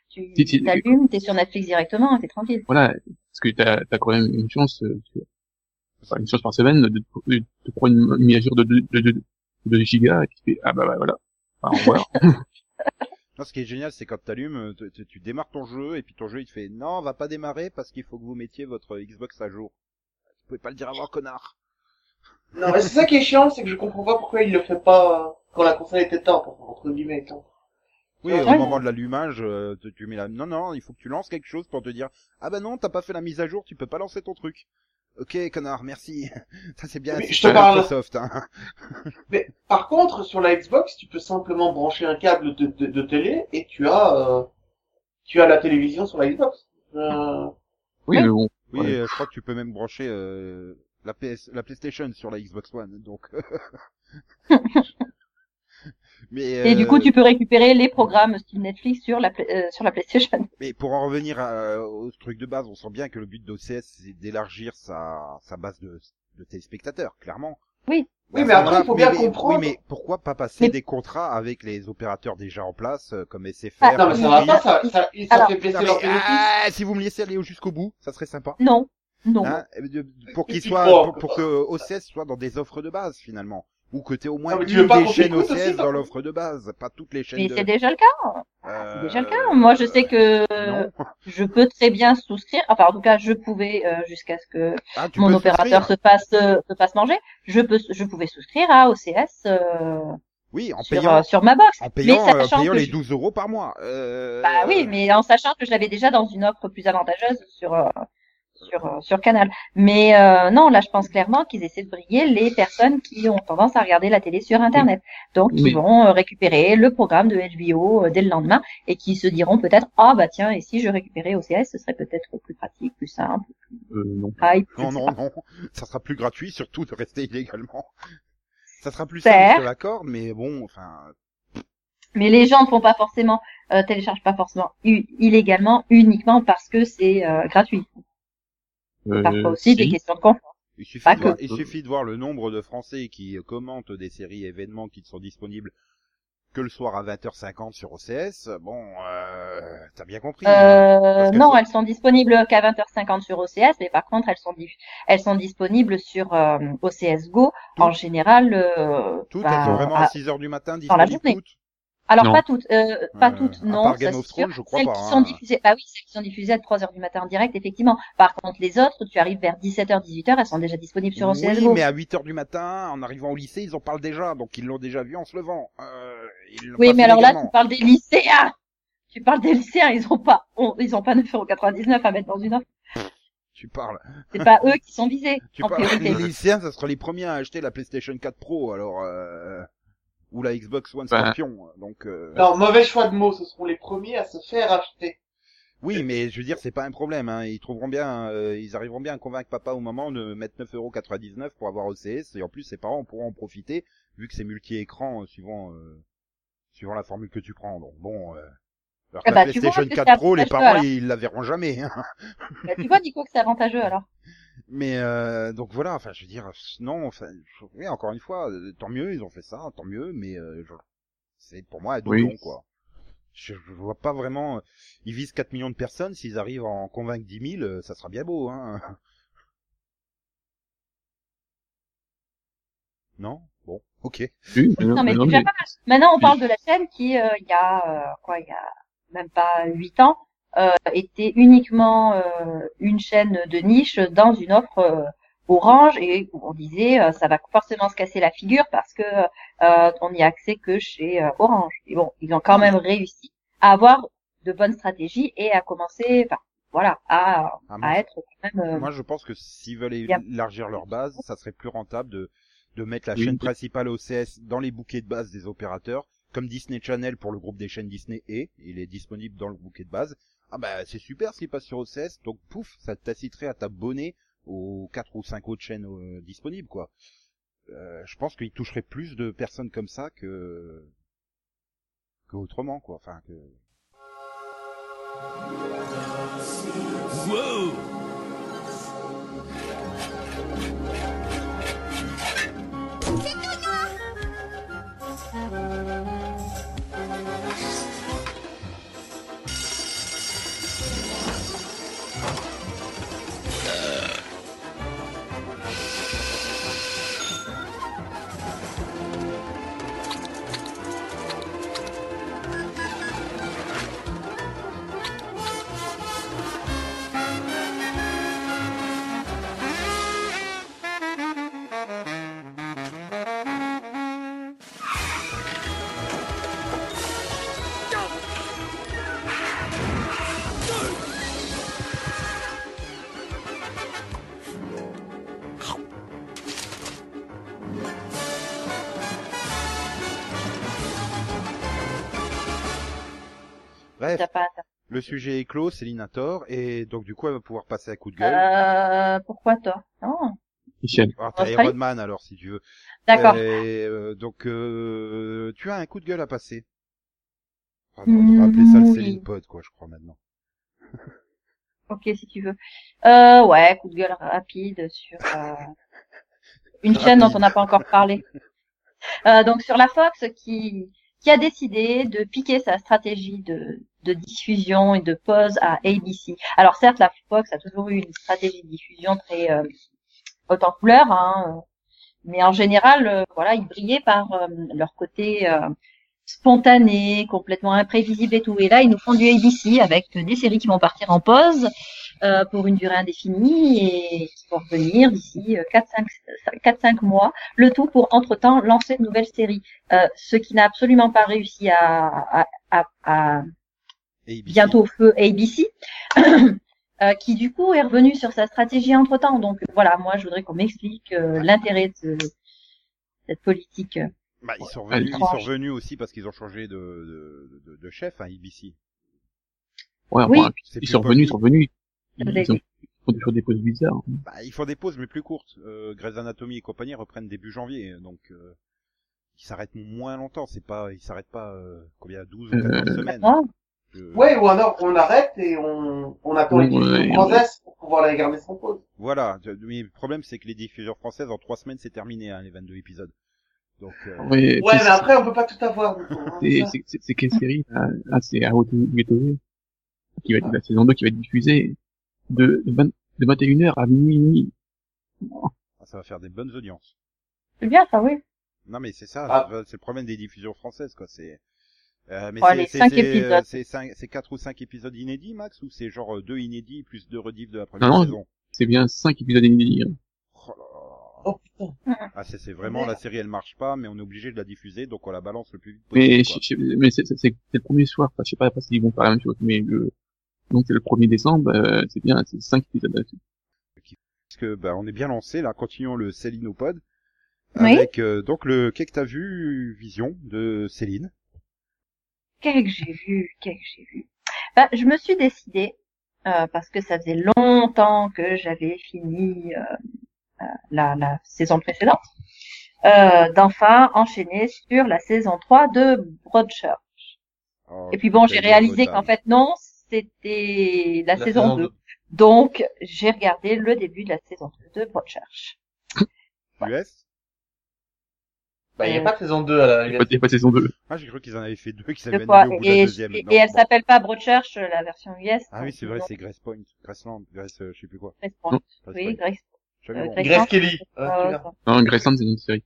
Speaker 2: Si, si,
Speaker 3: Tu t'allumes, t'es sur Netflix directement, hein, t'es tranquille.
Speaker 2: Voilà. Parce que t'as, t'as quand même une chance, euh, tu- enfin, une chance par semaine de, de, de prendre une, une mise à jour de 2 de, de, de, de gigas et tu fais, ah bah, bah voilà. Enfin, au revoir.
Speaker 1: Non, ce qui est génial, c'est quand t'allumes, euh, tu- tu tu démarres ton jeu et puis ton jeu il te fait non, on va pas démarrer parce qu'il faut que vous mettiez votre Xbox à jour. Vous pouvez pas le dire avant, connard.
Speaker 4: Non, mais c'est ça qui est chiant, c'est que je comprends pas pourquoi il le fait pas euh, quand la console était éteinte, enfin, entre guillemets éteinte.
Speaker 1: Oui,
Speaker 4: Ouais.
Speaker 1: au moment de l'allumage, euh, tu- tu mets la... Non, non, il faut que tu lances quelque chose pour te dire « Ah bah non, t'as pas fait la mise à jour, tu peux pas lancer ton truc. » Ok, connard, merci. Ça, c'est bien,
Speaker 4: Mais
Speaker 1: c'est
Speaker 4: je te
Speaker 1: pas
Speaker 4: parle.
Speaker 1: Microsoft. Hein.
Speaker 4: Mais par contre, sur la Xbox, tu peux simplement brancher un câble de, de, de télé et tu as euh, tu as la télévision sur la Xbox. Euh,
Speaker 2: Oui, mais bon.
Speaker 1: Oui,
Speaker 2: Ouais.
Speaker 1: euh, je crois que tu peux même brancher euh, la, PS... la PlayStation sur la Xbox One, donc... euh. Mais,
Speaker 3: Et du
Speaker 1: euh,
Speaker 3: coup, tu peux récupérer les programmes style Netflix sur la, pla- euh, sur la PlayStation.
Speaker 1: Mais pour en revenir à- euh, au truc de base, on sent bien que le but d'OCS, c'est d'élargir sa, sa base de, de téléspectateurs, clairement. Bah,
Speaker 3: Oui.
Speaker 5: Oui, mais après, il faut bien
Speaker 1: mais-
Speaker 5: comprendre-
Speaker 1: Oui, mais pourquoi pas passer
Speaker 3: Mais-
Speaker 1: des contrats avec les opérateurs déjà en place, euh, comme SFR
Speaker 3: Ah,
Speaker 5: Non, mais ça va
Speaker 1: Free
Speaker 5: pas, ça, ça, ça
Speaker 3: Alors-
Speaker 5: fait baisser
Speaker 1: Non, mais,
Speaker 5: leur bénéfice.
Speaker 1: ah, si vous me laissiez aller jusqu'au bout, ça serait sympa.
Speaker 3: Non, non.
Speaker 1: Hein, euh, de- pour qu'il
Speaker 5: Tu
Speaker 1: soit,
Speaker 5: crois,
Speaker 1: pour, pour que OCS soit dans des offres de base finalement, ou que t'aies au moins
Speaker 5: Ah, mais tu
Speaker 1: une
Speaker 5: veux pas
Speaker 1: des
Speaker 5: qu'on
Speaker 1: chaînes
Speaker 5: t'écoute
Speaker 1: OCS
Speaker 5: aussi, par
Speaker 1: dans
Speaker 5: contre
Speaker 1: l'offre de base, pas toutes les chaînes.
Speaker 3: mais
Speaker 1: de... euh,
Speaker 3: c'est déjà le cas. C'est déjà le cas. Moi, je sais que
Speaker 1: non.
Speaker 3: je peux très bien souscrire. Enfin, en tout cas, je pouvais euh, jusqu'à ce que
Speaker 1: Ah, tu
Speaker 3: mon
Speaker 1: peux
Speaker 3: opérateur
Speaker 1: souscrire.
Speaker 3: se fasse euh, se fasse manger. Je peux je pouvais souscrire à OCS euh,
Speaker 1: Oui, en
Speaker 3: sur
Speaker 1: payant,
Speaker 3: euh, sur ma box.
Speaker 1: en payant,
Speaker 3: mais
Speaker 1: euh,
Speaker 3: sachant
Speaker 1: en payant
Speaker 3: que
Speaker 1: les
Speaker 3: je-
Speaker 1: 12 euros par mois. Euh,
Speaker 3: Bah oui, mais en sachant que je l'avais déjà dans une offre plus avantageuse sur euh, sur euh, sur Canal. Mais euh, non, là, je pense clairement qu'ils essaient de briller les personnes qui ont tendance à regarder la télé sur Internet, donc qui
Speaker 2: Oui.
Speaker 3: vont euh, récupérer le programme de HBO euh, dès le lendemain et qui se diront peut-être ah bah tiens et si je récupérais OCS, ce serait peut-être plus pratique, plus simple,
Speaker 2: Euh, non.
Speaker 3: plus hype. je
Speaker 1: Non,
Speaker 3: sais
Speaker 1: non,
Speaker 3: pas.
Speaker 1: non. Ça sera plus gratuit, surtout de rester illégalement. Ça sera plus
Speaker 3: Certes.
Speaker 1: simple, je te l'accorde, mais bon, enfin,
Speaker 3: Mais les gens ne font pas forcément, euh, téléchargent pas forcément u- illégalement uniquement parce que c'est euh, gratuit.
Speaker 2: Euh,
Speaker 3: Parfois aussi des
Speaker 2: si.
Speaker 3: questions de confort.
Speaker 1: il suffit,
Speaker 3: Pas
Speaker 1: de voir,
Speaker 2: que.
Speaker 1: il suffit de voir le nombre de Français qui euh, commentent des séries événements qui ne sont disponibles que le soir à 20h50 sur OCS. Bon, euh, t'as bien compris. hein.
Speaker 3: Euh,
Speaker 1: qu'elles
Speaker 3: non,
Speaker 1: sont-
Speaker 3: elles sont disponibles qu'à 20h50 sur OCS, mais par contre elles sont dif- elles sont disponibles sur euh, OCS Go en
Speaker 1: Toutes.
Speaker 3: général. euh,
Speaker 1: Toutes,
Speaker 3: ben,
Speaker 1: elles sont vraiment à
Speaker 3: à-
Speaker 1: 6h du matin
Speaker 3: dans la
Speaker 1: disponibles
Speaker 3: journée.
Speaker 1: toutes.
Speaker 3: Alors
Speaker 2: Non.
Speaker 3: pas toutes, euh,
Speaker 1: Euh,
Speaker 3: pas toutes,
Speaker 1: à
Speaker 3: non,
Speaker 1: part
Speaker 3: ça
Speaker 1: Game
Speaker 3: c'est
Speaker 1: of
Speaker 3: sûr.
Speaker 1: Thrones, je crois
Speaker 3: celles
Speaker 1: pas,
Speaker 3: qui
Speaker 1: hein.
Speaker 3: sont diffusées, bah oui, celles qui sont diffusées à 3h du matin en direct, effectivement. Par contre, les autres, tu arrives vers 17h, 18h, elles sont déjà disponibles sur OCS
Speaker 1: Oui,
Speaker 3: Go.
Speaker 1: mais à 8 heures du matin, en arrivant au lycée, ils en parlent déjà, donc ils l'ont déjà vu en se levant. Euh, ils l'ont
Speaker 3: Oui,
Speaker 1: pas
Speaker 3: mais
Speaker 1: fait
Speaker 3: alors là,
Speaker 1: légalement.
Speaker 3: tu parles des lycéens. Tu parles des lycéens, ils ont pas, on- ils ont pas 9,99€ à mettre dans une offre.
Speaker 1: tu parles,
Speaker 3: C'est pas eux qui sont visés
Speaker 1: tu
Speaker 3: en
Speaker 1: parles. Les
Speaker 3: priorité.
Speaker 1: lycéens, ça sera les premiers à acheter la PlayStation 4 Pro, alors euh, ou la Xbox One
Speaker 2: Ben.
Speaker 1: Scorpion. Donc
Speaker 4: ah,
Speaker 1: euh,
Speaker 5: Non, mauvais choix de mots, ce seront les premiers à se faire acheter.
Speaker 1: oui, mais je veux dire, c'est pas un problème. Hein. Ils trouveront bien, euh, ils arriveront bien à convaincre papa ou maman de mettre 9,99€ pour avoir OCS, et en plus, ses parents pourront en profiter vu que c'est multi-écran euh, suivant euh, suivant la formule que tu prends. Donc bon. euh, alors que
Speaker 3: Ah
Speaker 1: la
Speaker 3: bah, tu vois,
Speaker 1: PlayStation
Speaker 3: est-ce que
Speaker 1: 4
Speaker 3: c'est
Speaker 1: Pro, les
Speaker 3: avantageux,
Speaker 1: parents,
Speaker 3: alors
Speaker 1: ils la verront jamais. hein.
Speaker 3: Bah, tu vois, Nico, que c'est avantageux, alors.
Speaker 1: Mais euh, donc voilà, enfin je veux dire non, enfin je- oui, encore une fois, euh, tant mieux, ils ont fait ça, tant mieux, mais euh, je- c'est pour moi un
Speaker 2: Oui.
Speaker 1: doublon quoi. Je, je vois pas vraiment, euh, ils visent 4 millions de personnes, s'ils arrivent à en convaincre 10 000, euh, ça sera bien beau hein. Non, bon, ok.
Speaker 2: Oui, mais
Speaker 3: Non, mais
Speaker 2: non,
Speaker 3: c'est déjà
Speaker 2: mais-
Speaker 3: pas mal. Maintenant, on parle de la chaîne qui, euh, il y a, euh, quoi, il y a même pas huit ans, euh, était uniquement euh, une chaîne de niche dans une offre euh, orange et où on disait euh, ça va forcément se casser la figure parce que euh, on n'y a accès que chez euh, Orange. Et bon, ils ont quand même réussi à avoir de bonnes stratégies et à commencer, enfin, voilà, à,
Speaker 1: Ah, moi,
Speaker 3: à être quand même. euh,
Speaker 1: Moi, je pense que s'ils veulent
Speaker 3: Y a-
Speaker 1: élargir leur base, ça serait plus rentable de, de mettre la
Speaker 2: Oui.
Speaker 1: chaîne principale OCS dans les bouquets de base des opérateurs, comme Disney Channel pour le groupe des chaînes Disney et il est disponible dans le bouquet de base. Ah bah, c'est super ce qui passe sur OCS, donc pouf, ça t'inciterait à t'abonner aux quatre ou cinq autres chaînes euh, disponibles, quoi. Euh, je pense qu'ils toucheraient plus de personnes comme ça que, que autrement, quoi. Enfin, que... Bref,
Speaker 3: t'as pas- t'as-
Speaker 1: le sujet est clos, Céline a tort, et donc du coup, elle va pouvoir passer à coup de gueule.
Speaker 3: Euh, pourquoi toi Non,
Speaker 1: Euh,
Speaker 2: Michel.
Speaker 1: Alors, t'as
Speaker 3: Australie
Speaker 1: Iron Man, alors, si tu veux.
Speaker 3: d'accord.
Speaker 1: Et, euh, donc, euh, tu as un coup de gueule à passer. Enfin,
Speaker 3: Hmm,
Speaker 1: on va appeler ça
Speaker 2: Mmh.
Speaker 1: le
Speaker 3: oui.
Speaker 1: Céline Pod, quoi, je crois, maintenant.
Speaker 3: Ok, si tu veux. Euh, ouais, coup de gueule rapide sur. euh, une
Speaker 1: Rapide.
Speaker 3: chaîne dont on n'a pas encore parlé. Euh, donc sur la Fox qui qui a décidé de piquer sa stratégie de, de diffusion et de pause à ABC. Alors certes, la Fox a toujours eu une stratégie de diffusion très euh, haute en couleur, hein, euh, mais en général, euh, voilà, ils brillaient par euh, leur côté euh, spontané, complètement imprévisible et tout. Et là, ils nous font du ABC avec des séries qui vont partir en pause euh, pour une durée indéfinie et qui vont revenir d'ici euh, 4-5 mois, le tout pour entre-temps lancer de nouvelles séries, Euh, ce qui n'a absolument pas réussi à, à- à- à
Speaker 1: Et ABC.
Speaker 3: bientôt au feu ABC, euh, qui du coup est revenu sur sa stratégie entre-temps. Donc voilà, moi je voudrais qu'on m'explique euh, l'intérêt de cette politique. euh,
Speaker 1: Bah, ils sont revenus,
Speaker 2: Allez.
Speaker 1: ils sont revenus aussi parce qu'ils ont changé de, de, de, de chef, hein, ABC.
Speaker 2: Ouais,
Speaker 3: Oui.
Speaker 2: enfin,
Speaker 1: C'est
Speaker 2: ils
Speaker 1: plus
Speaker 2: sont revenus, ils sont
Speaker 1: Buffy.
Speaker 2: revenus. Ils,
Speaker 3: Avec-
Speaker 2: ils ont, ils font toujours des pauses bizarres.
Speaker 1: Bah, ils font des pauses, mais plus courtes. Euh, Grey's Anatomy et compagnie reprennent début janvier, donc, euh, ils s'arrêtent moins longtemps. C'est pas, ils s'arrêtent pas, euh, combien, 12 ou 14
Speaker 2: Euh,
Speaker 1: semaines.
Speaker 3: Moi,
Speaker 1: Euh,
Speaker 5: Ouais, ou alors on arrête et on, on attend les
Speaker 2: Ouais, ouais.
Speaker 5: diffusions françaises pour pouvoir la regarder sans pause.
Speaker 1: Voilà. Je- Mais le problème, c'est que les diffuseurs françaises, en 3 semaines, c'est terminé, hein, les 22 épisodes. Donc, euh,
Speaker 2: Ah Ouais,
Speaker 5: Ouais,
Speaker 2: c'est-
Speaker 4: bah,
Speaker 5: mais après on peut pas tout avoir. donc, hein,
Speaker 2: c'est-
Speaker 5: ça.
Speaker 2: c'est- c'est- c'est quelle série là Ah, c'est How to Get Away, qui va être la saison 2 qui va être diffusée de, de, vingt- de 21h à minuit.
Speaker 1: ah, ça va faire des bonnes audiences.
Speaker 3: c'est bien ça, oui.
Speaker 1: Non mais c'est ça,
Speaker 5: Ah.
Speaker 1: c'est le problème des diffusions françaises quoi, c'est euh, mais
Speaker 3: Ouais,
Speaker 1: c'est-
Speaker 3: les
Speaker 1: c'est
Speaker 3: cinq
Speaker 1: c'est, euh,
Speaker 3: épisodes.
Speaker 1: c'est cinq- c'est quatre ou cinq épisodes inédits max ou c'est genre euh, deux inédits plus deux rediffs de la première
Speaker 2: Non, non.
Speaker 1: saison.
Speaker 2: C'est bien 5 épisodes et demi. hein.
Speaker 1: Oh là
Speaker 4: Oh putain.
Speaker 1: là. Ah c'est c'est vraiment
Speaker 5: Merde.
Speaker 1: la série elle marche pas mais on est obligé de la diffuser donc on la balance le plus vite possible.
Speaker 2: Mais,
Speaker 1: quoi.
Speaker 2: je- je- mais c'est c'est- c'est le premier soir, enfin, je sais pas après s'ils vont faire la même chose, mais le, donc c'est le 1er décembre, euh, c'est bien, c'est 5 épisodes. euh,
Speaker 1: Parce que bah on est bien lancé là, continuons le Célinopod
Speaker 3: Oui.
Speaker 1: avec euh, donc le qu'est-ce que t'as vu vision de Céline.
Speaker 3: Quel que j'ai vu, quel que j'ai vu. Bah, je me suis décidée euh, parce que ça faisait longtemps que j'avais fini euh, euh, la, la saison précédente, euh, d'enfin enchaîner sur la saison 3 de Broadchurch.
Speaker 1: Oh,
Speaker 3: Et puis bon, j'ai
Speaker 1: quelle
Speaker 3: réalisé qu'en
Speaker 1: bonne
Speaker 3: fait non, c'était la,
Speaker 4: La
Speaker 3: saison
Speaker 4: saison
Speaker 3: 2.
Speaker 4: deux.
Speaker 3: Donc, j'ai regardé le début de la saison 2 de Broadchurch.
Speaker 1: dame. US.
Speaker 4: Bah, y a
Speaker 3: Euh,
Speaker 4: pas de saison 2 à la
Speaker 2: Il n'y a, pas- il y a pas de saison 2.
Speaker 1: Ah j'ai cru qu'ils en avaient fait deux qui
Speaker 3: De
Speaker 1: s'avaient
Speaker 3: quoi
Speaker 1: annulé au bout de
Speaker 3: Et,
Speaker 1: la
Speaker 3: je-
Speaker 1: deuxième.
Speaker 3: et-
Speaker 1: Non,
Speaker 3: et elle
Speaker 1: bon.
Speaker 3: s'appelle pas Broadchurch, euh, la version US.
Speaker 1: Ah oui, c'est vrai,
Speaker 3: donc,
Speaker 1: c'est Grace Point, Graceland, Grace, euh, je sais plus quoi.
Speaker 3: Grace Point.
Speaker 2: Non.
Speaker 1: Grace
Speaker 3: Oui,
Speaker 1: Point.
Speaker 3: Grace-
Speaker 1: J'avais
Speaker 3: euh,
Speaker 1: bon.
Speaker 3: Grace
Speaker 4: Grace Kelly.
Speaker 3: Point,
Speaker 4: Ah,
Speaker 3: euh,
Speaker 4: celui-là.
Speaker 2: Non, Graceland, c'est une autre série.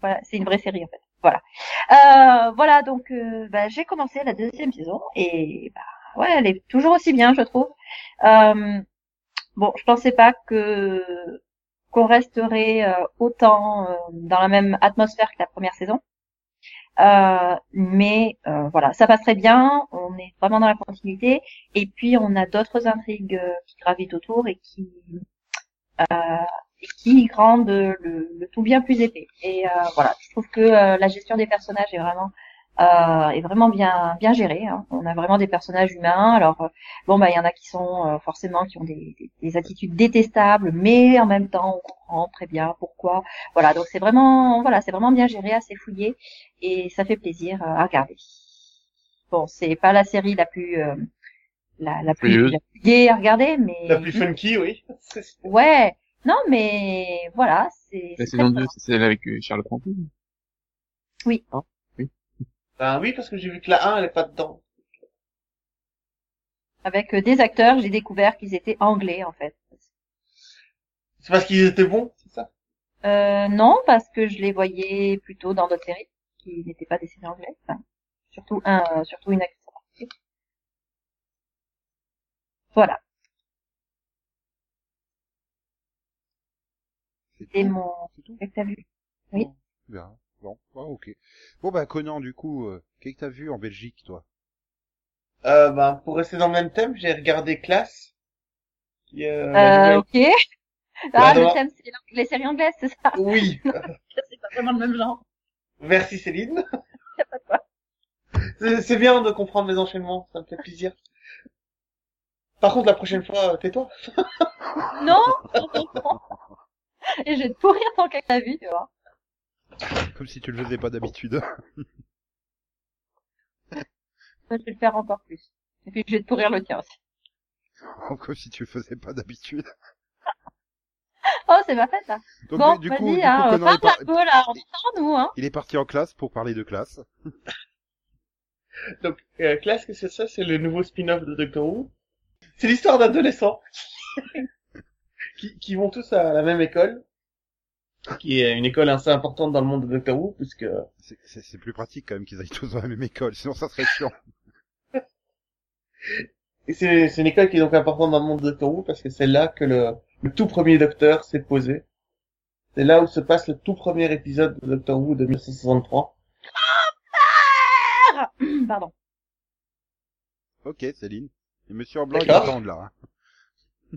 Speaker 3: Voilà, c'est une vraie série en fait. Voilà. Euh, voilà, donc euh, bah, j'ai commencé la deuxième saison et bah, ouais, elle est toujours aussi bien, je trouve. Euh, bon, je pensais pas que qu'on resterait euh, autant euh, dans la même atmosphère que la première saison. Euh, mais euh, voilà, ça passe très bien, on est vraiment dans la continuité, et puis on a d'autres intrigues euh, qui gravitent autour et qui euh, et qui rendent le, le tout bien plus épais. Et euh, voilà, je trouve que euh, la gestion des personnages est vraiment euh, est vraiment bien bien gérée. hein. On a vraiment des personnages humains. Alors euh, bon, bah il y en a qui sont euh, forcément qui ont des, des, des attitudes détestables, mais en même temps on comprend très bien pourquoi. Voilà, donc c'est vraiment voilà c'est vraiment bien géré, assez fouillé et ça fait plaisir euh, à regarder. Bon, c'est pas la série la plus euh, la, la plus
Speaker 2: Joyeuse.
Speaker 3: la plus gaie à regarder, mais
Speaker 4: La plus funky, oui. C'est- c'est-
Speaker 3: Ouais, non, mais voilà, c'est.
Speaker 2: La
Speaker 3: c'est
Speaker 2: saison
Speaker 3: très
Speaker 2: 2, c'est celle avec euh, Charlotte Rampling.
Speaker 4: Ben oui, parce que j'ai vu que la 1, elle est pas dedans.
Speaker 3: bien. Avec euh, des acteurs, j'ai découvert qu'ils étaient anglais en fait.
Speaker 4: C'est parce qu'ils étaient bons, c'est ça
Speaker 3: Euh, non, parce que je les voyais plutôt dans d'autres séries qui n'étaient pas dessinées en anglais. Enfin, surtout un, euh, surtout une actrice. Voilà,
Speaker 1: C'est
Speaker 3: c'est
Speaker 1: tout
Speaker 3: mon.
Speaker 1: C'est tout
Speaker 3: c'est que t'as vu. Oui.
Speaker 1: Bon, tu verras. Bon, ah, ok. Bon bah Conan, du coup, euh, qu'est-ce que t'as vu en Belgique, toi
Speaker 4: euh, ben, Pour rester dans le même thème, j'ai regardé Classe. qui, euh, la
Speaker 3: Euh,
Speaker 4: nouvelle-
Speaker 3: ok. Ah, le
Speaker 4: alors-
Speaker 3: thème, c'est l'ang- les séries anglaises, c'est ça
Speaker 4: Oui,
Speaker 3: C'est pas vraiment le même genre.
Speaker 4: merci Céline. C'est- C'est bien de comprendre mes enchaînements, ça me fait plaisir. Par contre, la prochaine fois, euh, tais-toi.
Speaker 3: Non, on comprend. Et je vais te pourrir tant qu'elle t'a vu, tu vois.
Speaker 1: Comme si tu le faisais pas d'habitude.
Speaker 3: Moi, je vais le faire encore plus. Et puis, je vais te pourrir le tien aussi.
Speaker 1: Comme si tu le faisais pas d'habitude.
Speaker 3: Oh, c'est ma fête, là.
Speaker 1: Donc,
Speaker 3: bon,
Speaker 1: lui, du
Speaker 3: vas-y,
Speaker 1: coup, du coup,
Speaker 3: hein,
Speaker 1: Conan est par-
Speaker 2: Euh,
Speaker 3: parle un peu, là, on entend, nous, hein.
Speaker 1: il est parti en classe pour parler de classe.
Speaker 4: Donc, euh, Classe, que c'est ça C'est le nouveau spin-off de Doctor Who. C'est l'histoire d'adolescents qui, qui vont tous à la même école, qui est une école assez importante dans le monde de Doctor Who, puisque
Speaker 1: C'est- C'est c'est plus pratique quand même qu'ils aillent tous dans la même école, sinon ça serait chiant.
Speaker 4: et c'est c'est une école qui est donc importante dans le monde de Doctor Who parce que c'est là que le, le tout premier Docteur s'est posé. C'est là où se passe le tout premier épisode de Doctor Who de 1963.
Speaker 3: Pardon.
Speaker 1: Ok, Céline. Et monsieur en blanc, il
Speaker 4: D'accord.
Speaker 1: attend de là. hein.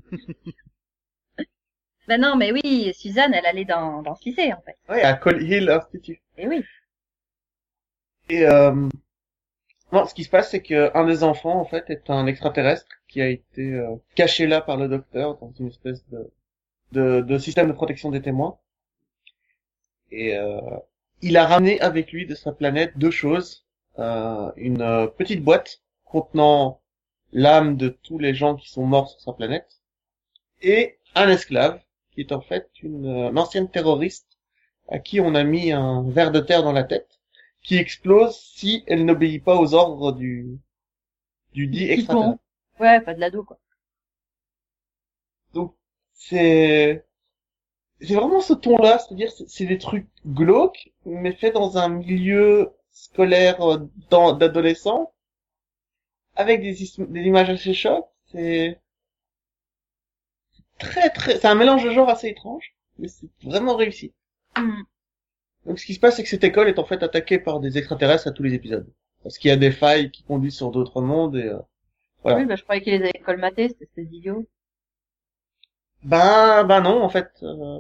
Speaker 3: Ben non, mais oui, Suzanne, elle allait dans, dans ce lycée, en fait.
Speaker 4: Ouais, à Col Hill Institute.
Speaker 3: Et Eh oui.
Speaker 4: Et euh, non, ce qui se passe, c'est que un des enfants, en fait, est un extraterrestre qui a été euh, caché là par le docteur dans une espèce de, de, de système de protection des témoins. Et euh, il a ramené avec lui de sa planète deux choses. Euh, une euh, petite boîte contenant l'âme de tous les gens qui sont morts sur sa planète. Et un esclave, qui est en fait une, euh, une ancienne terroriste à qui on a mis un verre de terre dans la tête qui explose si elle n'obéit pas aux ordres du du dit
Speaker 3: Qui
Speaker 4: extraterrestre.
Speaker 3: Ouais, pas de l'ado, quoi.
Speaker 4: C'est c'est vraiment ce ton-là, c'est-à-dire c'est- c'est des trucs glauques mais faits dans un milieu scolaire euh, d'en- d'adolescents avec des is- des images assez chocs, c'est c'est très très c'est un mélange de genres assez étrange mais c'est vraiment réussi.
Speaker 3: Hmm.
Speaker 4: Donc ce qui se passe, c'est que cette école est en fait attaquée par des extraterrestres à tous les épisodes. Parce qu'il y a des failles qui conduisent sur d'autres mondes et... euh, Voilà.
Speaker 3: Oui, ben, je croyais qu'il les avait colmatés, c'était ces idiots.
Speaker 4: Ben, ben non, en fait... euh,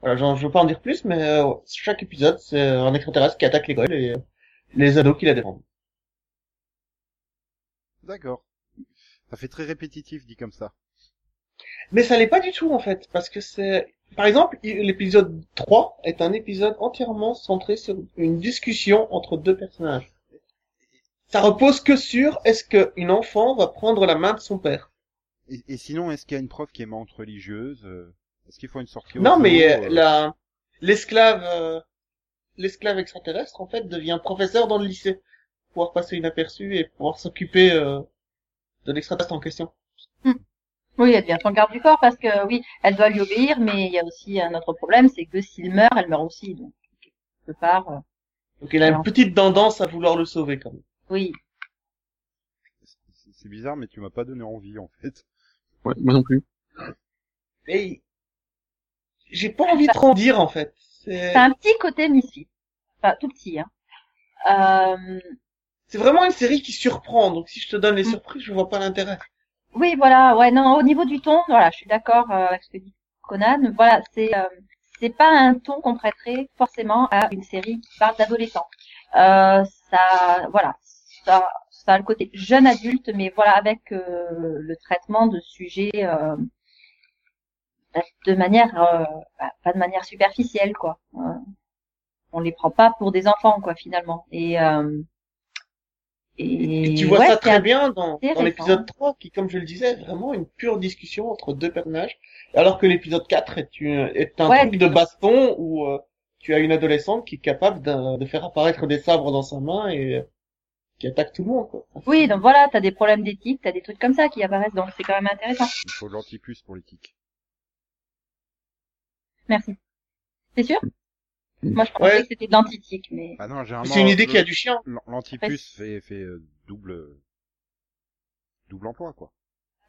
Speaker 4: Voilà, genre, je veux pas en dire plus, mais euh, chaque épisode, c'est un extraterrestre qui attaque l'école et euh, les ados qui la défendent.
Speaker 1: D'accord. Ça fait très répétitif dit comme ça.
Speaker 4: Mais ça l'est pas du tout, en fait, parce que c'est... Par exemple, il- l'épisode 3 est un épisode entièrement centré sur une discussion entre deux personnages. Ça repose que sur est-ce qu'une enfant va prendre la main de son père.
Speaker 1: Et, et sinon, est-ce qu'il y a une prof qui est mente religieuse euh, Est-ce qu'ils font une sortie au
Speaker 4: Non,
Speaker 1: zoo,
Speaker 4: mais euh,
Speaker 1: euh,
Speaker 4: la l'esclave euh, l'esclave extraterrestre en fait devient professeur dans le lycée pour pouvoir passer inaperçu et pouvoir s'occuper euh, de l'extraterrestre en question.
Speaker 3: Oui, elle devient son garde du corps parce que oui, elle doit lui obéir, mais il y a aussi un autre problème, c'est que s'il meurt, elle meurt aussi. Donc, quelque part, euh,
Speaker 4: Donc il a une
Speaker 3: Alors.
Speaker 4: petite tendance à vouloir le sauver quand même.
Speaker 3: oui.
Speaker 1: c'est- C'est bizarre, mais tu m'as pas donné envie en fait.
Speaker 2: Ouais, moi non plus.
Speaker 4: Mais il- j'ai pas envie de trop en dire en fait. C'est
Speaker 3: C'est un petit côté misfit. Enfin, tout petit, hein. Euh,
Speaker 4: c'est vraiment une série qui surprend. Donc si je te donne les
Speaker 3: Mm.
Speaker 4: surprises, je vois pas l'intérêt.
Speaker 3: Oui, voilà, ouais, non, au niveau du ton, voilà, je suis d'accord euh, avec ce que dit Conan. Voilà, c'est euh, c'est pas un ton qu'on prêterait forcément à une série qui parle d'adolescents. Euh, ça, voilà, ça, ça a le côté jeune adulte, mais voilà, avec euh, le traitement de sujets euh, de manière, euh, bah, pas de manière superficielle, quoi. Euh, on les prend pas pour des enfants, quoi, finalement. Et euh,
Speaker 4: Et tu vois
Speaker 3: ouais,
Speaker 4: ça
Speaker 3: c'est
Speaker 4: très
Speaker 3: un-
Speaker 4: bien dans, dans
Speaker 3: intéressant.
Speaker 4: l'épisode 3, qui, comme je le disais, est vraiment une pure discussion entre deux personnages, alors que l'épisode 4 est, une- est un
Speaker 3: Ouais.
Speaker 4: truc de baston où euh, tu as une adolescente qui est capable d'un- de faire apparaître des sabres dans sa main et euh, qui attaque tout le monde. Quoi.
Speaker 3: Oui, donc voilà, t'as des problèmes d'éthique, t'as des trucs comme ça qui apparaissent, donc c'est quand même intéressant.
Speaker 1: Il faut de l'antipus pour l'éthique.
Speaker 3: Merci. C'est sûr Moi, je pensais
Speaker 4: Ouais.
Speaker 3: que c'était de l'antitique, mais
Speaker 1: Ah non, généralement.
Speaker 4: C'est une idée
Speaker 1: le-
Speaker 4: qui a du chien.
Speaker 1: l'an- L'antipus fait, fait euh, double double emploi quoi.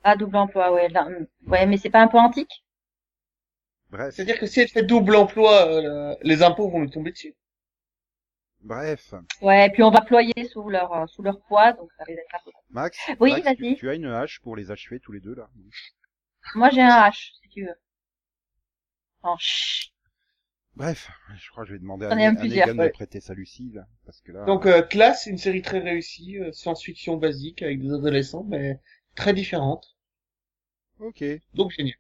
Speaker 3: ah, double emploi, ouais, là, hum. ouais, mais c'est pas un peu antique
Speaker 1: Bref,
Speaker 4: C'est-à-dire que si elle fait double emploi, euh, les impôts vont lui tomber dessus.
Speaker 1: bref.
Speaker 3: Ouais, et puis on va ployer sous leur euh, sous leur poids, donc ça risque d'être un peu.
Speaker 1: Max,
Speaker 3: Oui,
Speaker 1: Max, tu,
Speaker 3: vas-y.
Speaker 1: tu as une hache pour les achever tous les deux là.
Speaker 3: Moi, j'ai un H, si tu veux. En ch.
Speaker 1: Bref, je crois que je vais demander à,
Speaker 3: On est
Speaker 1: Ne-
Speaker 3: un
Speaker 1: à
Speaker 3: plusieurs,
Speaker 1: Negan de
Speaker 4: ouais.
Speaker 1: prêter sa Lucie là, parce que là.
Speaker 4: Donc euh, Classe, c'est une série très réussie, euh, science-fiction basique avec des adolescents, mais très différente.
Speaker 1: ok.
Speaker 4: Donc génial.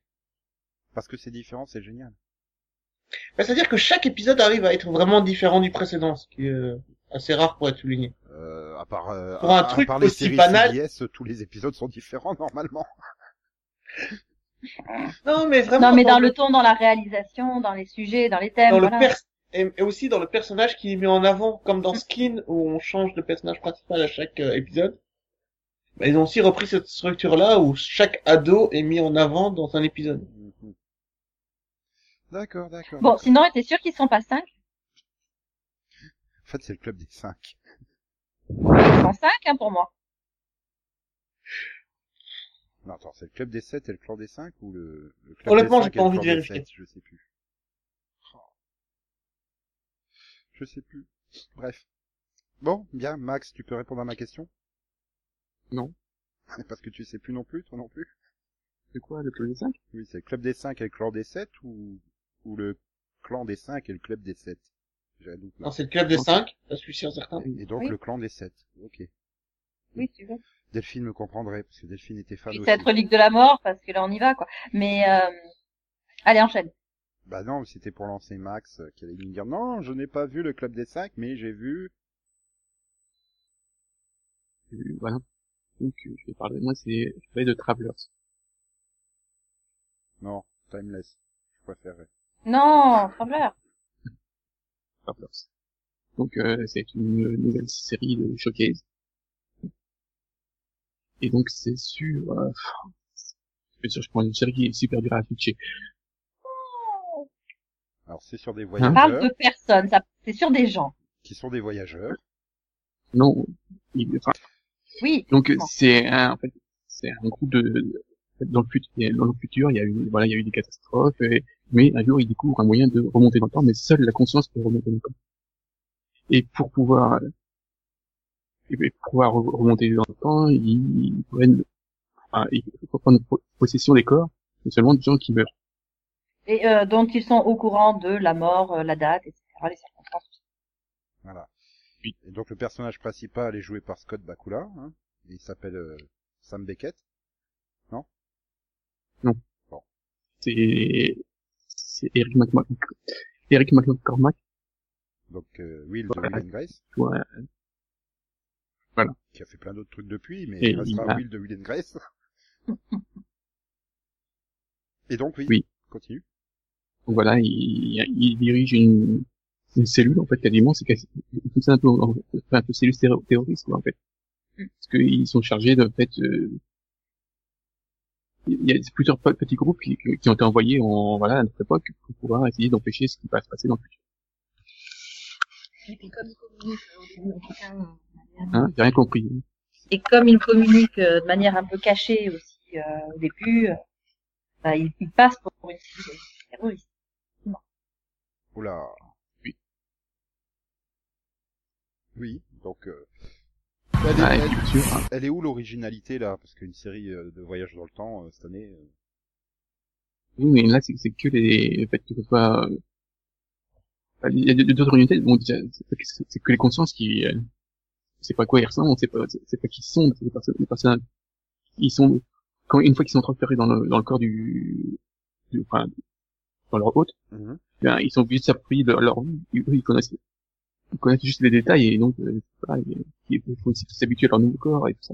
Speaker 1: Parce que c'est différent, c'est génial.
Speaker 4: Bah, C'est-à-dire que chaque épisode arrive à être vraiment différent du précédent, ce qui est euh, assez rare pour être souligné.
Speaker 1: Euh, à part euh,
Speaker 4: Pour un
Speaker 1: à- à
Speaker 4: truc
Speaker 1: part les
Speaker 4: aussi
Speaker 1: séries
Speaker 4: banal.
Speaker 1: CBS, tous les épisodes sont différents normalement.
Speaker 4: Non, mais vraiment.
Speaker 3: Non, mais dans le ton, dans la réalisation, dans les sujets, dans les thèmes.
Speaker 4: dans le
Speaker 3: voilà.
Speaker 4: pers- et, et aussi dans le personnage qui est mis en avant, comme dans Skin, où on change de personnage principal à chaque euh, épisode. Bah, ils ont aussi repris cette structure-là où chaque ado est mis en avant dans un épisode.
Speaker 1: Mhm. D'accord, d'accord.
Speaker 3: Bon, sinon, t'es sûr qu'ils sont pas cinq
Speaker 1: En fait, c'est le club des cinq.
Speaker 3: Ils sont cinq, hein, pour moi.
Speaker 1: Non, attends, c'est le club des sept et le clan des cinq ou le, le club
Speaker 4: Honnêtement,
Speaker 1: des
Speaker 4: j'ai
Speaker 1: cinq
Speaker 4: pas
Speaker 1: et le
Speaker 4: envie
Speaker 1: clan
Speaker 4: de
Speaker 1: des
Speaker 4: vérifier.
Speaker 1: sept, Je sais plus. Oh. Je sais plus. Bref. Bon, bien, Max, tu peux répondre à ma question
Speaker 2: Non.
Speaker 1: Parce que tu sais plus non plus, toi non plus
Speaker 2: C'est quoi le club des 5
Speaker 1: Oui, c'est le club des cinq et le clan des sept ou, ou le clan des cinq et le club des sept J'ai un doute là.
Speaker 4: Non, c'est le club des
Speaker 2: Ok.
Speaker 4: cinq, ça, je suis sûr certain.
Speaker 1: Et donc
Speaker 3: Oui.
Speaker 1: le clan des sept. Ok.
Speaker 3: Oui, tu veux.
Speaker 1: Delphine me comprendrait, parce que Delphine était fan
Speaker 4: Ah,
Speaker 3: Puis
Speaker 1: aussi.
Speaker 3: cette relique de la mort, parce que là, on y va, quoi. Mais, euh... allez, enchaîne.
Speaker 1: Bah non, mais c'était pour lancer Max euh, qui allait me dire non, je n'ai pas vu le club des cinq, mais j'ai vu.
Speaker 2: Euh, Voilà. Donc, euh, je vais parler, moi, c'est, je parlais de Travelers.
Speaker 1: Non, Timeless. Je préférerais.
Speaker 3: Non, Trembleur.
Speaker 2: Travelers. Donc, euh, c'est une nouvelle série de showcase. Et donc, c'est sur, euh, je suis sûr, je prends une série qui est super dure à afficher.
Speaker 1: Alors c'est sur des
Speaker 3: On parle
Speaker 1: voyageurs
Speaker 3: de personnes, ça... c'est sur des gens.
Speaker 1: qui sont des voyageurs.
Speaker 2: Non, il- enfin,
Speaker 3: Oui.
Speaker 2: Donc euh,
Speaker 3: Bon.
Speaker 2: c'est un, en fait, c'est un groupe de dans le futur, dans le futur, il y a eu voilà, il y a eu des catastrophes, et- mais un jour ils découvrent un moyen de remonter dans le temps, mais seule la conscience peut remonter dans le temps. Et pour pouvoir euh, et pour pouvoir re- remonter dans le temps, ils prennent, enfin, ils prennent po- possession des corps, mais seulement des gens qui meurent.
Speaker 3: Et euh, dont ils sont au courant de la mort, euh, la date, etc., les circonstances.
Speaker 1: Voilà.
Speaker 2: Oui.
Speaker 1: Et donc le personnage principal est joué par Scott Bakula. Hein, Et il s'appelle euh, Sam Beckett.
Speaker 2: C'est c'est Eric McMa- Eric McCormack,
Speaker 1: Donc euh, Will de
Speaker 2: Voilà.
Speaker 1: Will and Grace,
Speaker 2: tu vois,
Speaker 1: qui a fait plein d'autres trucs depuis, mais
Speaker 2: Et
Speaker 1: il restera
Speaker 2: il a-
Speaker 1: Will de Will and Grace. Et donc oui.
Speaker 2: Oui.
Speaker 1: Continue.
Speaker 2: Donc voilà, il, il dirige une, une cellule en fait quasiment, c'est quasi- c'est un peu en- enfin, un peu cellule terro- terroriste quoi, en fait, parce qu'ils sont chargés de en fait, euh, il y a plusieurs pe- petits groupes qui, qui ont été envoyés en voilà à notre époque pour pouvoir essayer d'empêcher ce qui va se passer dans le futur.
Speaker 6: Et puis comme ils communiquent au début, en tout cas, euh,
Speaker 2: Hein, j'ai rien compris.
Speaker 3: Et comme ils communiquent euh, de manière un peu cachée aussi euh, au début, euh, bah, ils, ils passent pour une cible terroriste.
Speaker 1: Oula.
Speaker 2: Oui.
Speaker 1: Oui, donc euh, elle, est,
Speaker 2: Ah, et
Speaker 1: elle-
Speaker 2: bien sûr, hein,
Speaker 1: elle est où l'originalité là Parce qu'une série euh, de voyage dans le temps euh, cette année. euh,
Speaker 2: oui, mais là c'est c'est que les le fait que ce soit euh, il y a d- d'autres unités, bon déjà c'est- c'est c'est que les consciences qui euh, on sait pas à quoi ils ressemblent, on sait pas, c'est pas qui ils sont, c'est des personnes, des personnes- ils sont, quand, une fois qu'ils sont transférés dans le, dans le corps du, du- enfin, dans leur hôte, ben, ils sont obligés de s'approprier de leur vie, ils, eux, ils connaissent, ils connaissent juste les détails, et donc, euh, c'est pareil, euh, il faut aussi s'habituer à leur nouveau corps et tout ça.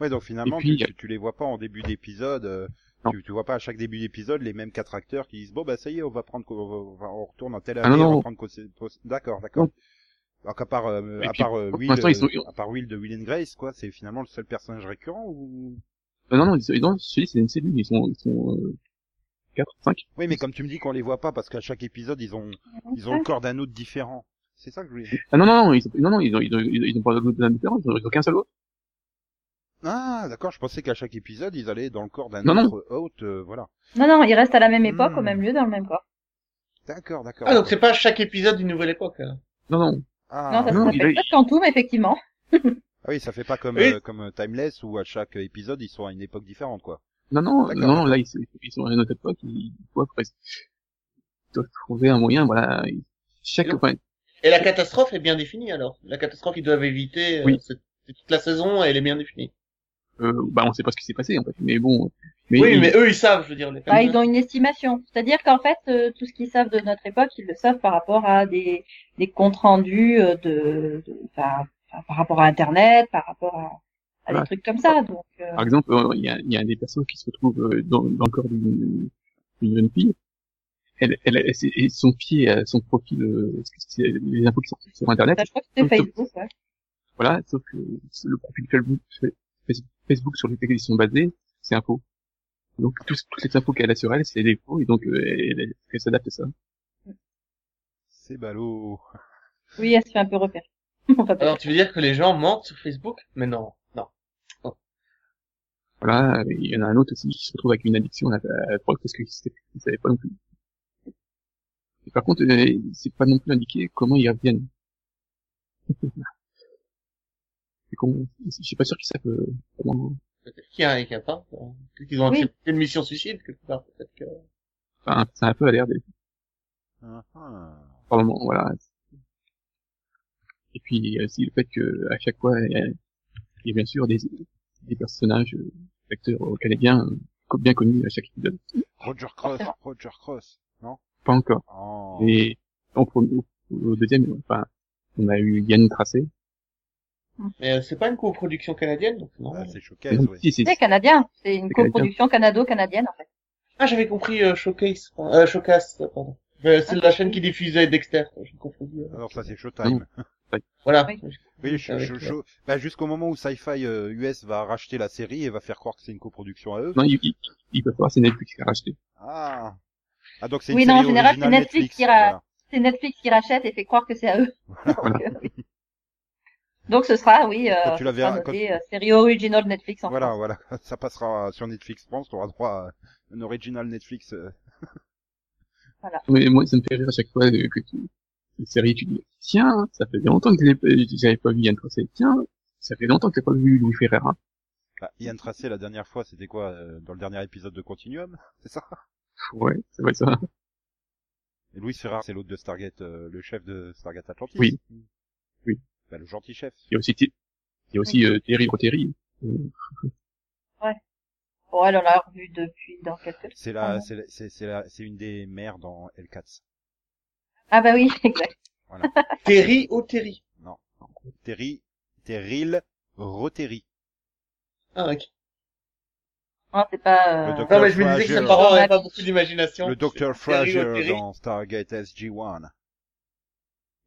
Speaker 1: Ouais, donc finalement,
Speaker 2: Et puis,
Speaker 1: tu,
Speaker 2: y a-
Speaker 1: tu, tu les vois pas en début d'épisode. euh,
Speaker 2: Non.
Speaker 1: tu, tu vois pas à chaque début d'épisode les mêmes quatre acteurs qui disent bon bah ça y est, on va prendre, co- on, va- on retourne en telle
Speaker 2: Ah,
Speaker 1: année,
Speaker 2: non,
Speaker 1: on va
Speaker 2: non.
Speaker 1: prendre. co- pos- D'accord, d'accord. Donc à part, euh,
Speaker 2: Et
Speaker 1: à
Speaker 2: puis,
Speaker 1: part euh,
Speaker 2: pour
Speaker 1: Will,
Speaker 2: l'instant, ils sont-
Speaker 1: euh, à part Will de Will and Grace, quoi, c'est finalement le seul personnage récurrent ou
Speaker 2: Ben non, non, ils, sont- non, celui c'est une cellule, ils sont, ils sont, euh, 4, 5.
Speaker 1: Oui, mais comme tu me dis qu'on les voit pas parce qu'à chaque épisode ils ont ils ont le corps d'un autre différent. C'est ça que je voulais dire.
Speaker 2: Ah non, non, non, ils ont, non, non, ils ont, ils ont, ils ont, ils ont pas d'autres différence, ils ont, ils ont qu'un seul autre.
Speaker 1: Ah, d'accord, je pensais qu'à chaque épisode ils allaient dans le corps d'un
Speaker 2: Non, non.
Speaker 1: autre hôte, euh, voilà.
Speaker 3: Non, non, ils restent à la même époque, au
Speaker 1: Hmm.
Speaker 3: même lieu, dans le même corps.
Speaker 1: D'accord, d'accord.
Speaker 4: Ah, donc c'est pas chaque épisode d'une nouvelle époque. alors.
Speaker 2: Non, non,
Speaker 1: Ah,
Speaker 3: non, ça
Speaker 2: non,
Speaker 3: se
Speaker 2: il a-
Speaker 3: répète pas quantum, effectivement.
Speaker 1: Ah oui, ça fait pas comme
Speaker 4: Oui.
Speaker 1: euh, comme euh, Timeless où à chaque épisode ils sont à une époque différente quoi.
Speaker 2: non, non,
Speaker 1: D'accord.
Speaker 2: non, non, là, ils, ils sont à une autre époque, ils doivent, presque- ils doivent trouver un moyen, voilà, ils- chaque,
Speaker 4: Et donc,
Speaker 2: enfin,
Speaker 4: Et la catastrophe est bien définie alors. La catastrophe qu'ils doivent éviter, euh,
Speaker 2: Oui.
Speaker 4: c'est c'est toute la saison, elle est bien définie.
Speaker 2: euh, bah on sait pas ce qui s'est passé en fait mais bon mais,
Speaker 4: oui, mais eux ils savent, je veux dire. Les
Speaker 3: Bah,
Speaker 4: familles.
Speaker 3: ils ont une estimation. C'est-à-dire qu'en fait, euh, tout ce qu'ils savent de notre époque, ils le savent par rapport à des, des comptes rendus euh, de, de- enfin, enfin, par rapport à Internet, par rapport à, à des trucs comme ça. Donc, euh,
Speaker 2: Par exemple, euh, il y, a, il y a des personnes qui se retrouvent euh, dans, dans le corps d'une d'une jeune fille. Elle, elle, elle- c'est- et son pied, euh, son profil, euh, parce que c'est les infos qui sont sur Internet.
Speaker 3: bah, je crois que c'était Facebook. Ouais.
Speaker 2: Voilà, sauf que le profil Facebook, Facebook sur lequel ils sont basés, c'est un faux. Donc tous- toutes les infos qu'elle a sur elle, c'est des faux, et donc euh, elle, elle- elle s'adapte à ça.
Speaker 1: C'est ballot.
Speaker 3: Oui, elle se fait un peu repérer. On
Speaker 2: Euh,
Speaker 3: va pas
Speaker 4: Alors, tu veux dire que les gens mentent sur Facebook Mais non, non.
Speaker 2: Voilà, et il y en a un autre aussi qui se retrouve avec une addiction à la à la drogue parce qu'il ne savait pas non plus. Et par contre, euh, c'est pas non plus indiqué comment ils reviennent. C'est con. Je suis pas sûr qu'ils savent euh, comment...
Speaker 4: Peut-être qu'il y a un qu'il y a pas. euh, Peut-être qu'ils ont
Speaker 3: Oui.
Speaker 4: un petit- une mission suicide quelque part. Peut-être que...
Speaker 2: Enfin, ça a un peu à l'air des...
Speaker 1: Ah, ah.
Speaker 2: par moment, voilà. Et puis il y a aussi le fait que à chaque fois, il y a, il y a bien sûr des, des personnages, euh, acteurs euh, canadiens euh, co- bien connus à chaque épisode.
Speaker 1: Roger Cross, Roger Cross.
Speaker 2: Pas encore.
Speaker 1: Oh.
Speaker 2: Et au, premier- au- au deuxième, enfin, on a eu Yann Tracé.
Speaker 4: Mais euh, c'est pas une coproduction canadienne, donc non.
Speaker 1: Ah, c'est choquant,
Speaker 2: Donc,
Speaker 1: ouais.
Speaker 2: si, si,
Speaker 3: C'est canadien, c'est une
Speaker 2: C'est canadien.
Speaker 3: coproduction canado-canadienne en fait.
Speaker 4: Ah, j'avais compris euh, Showcase, euh, Showcast, pardon. Euh,
Speaker 3: Ah,
Speaker 4: c'est la chaîne qui diffusait Dexter, je me confondis. euh.
Speaker 1: Alors ça, c'est Showtime.
Speaker 4: Voilà.
Speaker 3: Oui.
Speaker 1: Oui, je-
Speaker 4: Avec,
Speaker 1: je-
Speaker 4: euh,
Speaker 1: je- bah, jusqu'au moment où Sci-Fi euh, US va racheter la série et va faire croire que c'est une coproduction à eux.
Speaker 2: non, il, il, il peut pas, c'est Netflix qui a racheté.
Speaker 1: Ah. Ah, donc c'est une
Speaker 3: Oui, non,
Speaker 1: série
Speaker 3: en général, c'est
Speaker 1: originale
Speaker 3: Netflix qui ra-
Speaker 1: voilà.
Speaker 3: C'est Netflix qui rachète et fait croire que c'est à eux. Donc, euh, oui. Donc, ce sera, oui, euh,
Speaker 1: Quand tu la verras-
Speaker 3: sera noté,
Speaker 1: quand-
Speaker 3: euh, série original Netflix en
Speaker 1: Voilà,
Speaker 3: France.
Speaker 1: voilà. Ça passera sur Netflix France, t'auras droit à un original Netflix. euh.
Speaker 2: Mais moi, ça me fait rire à chaque fois euh, que tu, une série, tu dis, tiens, ça fait longtemps que je l'ai pas- j'avais pas vu Yann Tracé. Tiens, ça fait longtemps que j'ai pas vu Louis Ferreira.
Speaker 1: Bah, Ian Tracé, la dernière fois, c'était quoi euh, Dans le dernier épisode de Continuum C'est ça
Speaker 2: Ouais, ça va être ça.
Speaker 1: Et Louis Ferrar, c'est l'autre de Stargate, euh, le chef de Stargate Atlantis.
Speaker 2: Oui. Oui.
Speaker 1: Bah, le gentil chef.
Speaker 2: Il y a aussi, Ti- il y a aussi euh, Thierry Rotheri.
Speaker 3: Bon, Oh, elle en a revu depuis dans quelques...
Speaker 1: C'est la,
Speaker 3: Ah.
Speaker 1: c'est la- c'est, c'est la, c'est une des mères dans L4.
Speaker 3: Ah bah oui, exact.
Speaker 4: Terry au Terry.
Speaker 1: Terry, Terril, Roterry.
Speaker 4: Ah, ok.
Speaker 3: Hein, c'est pas...
Speaker 1: Le
Speaker 3: euh,
Speaker 1: docteur-
Speaker 4: Non, mais je me disais que
Speaker 1: Frasier.
Speaker 4: ses parents avaient pas beaucoup d'imagination.
Speaker 1: Le Dr.
Speaker 4: Terry au
Speaker 1: Frazier
Speaker 4: Terry.
Speaker 1: dans Stargate SG-1.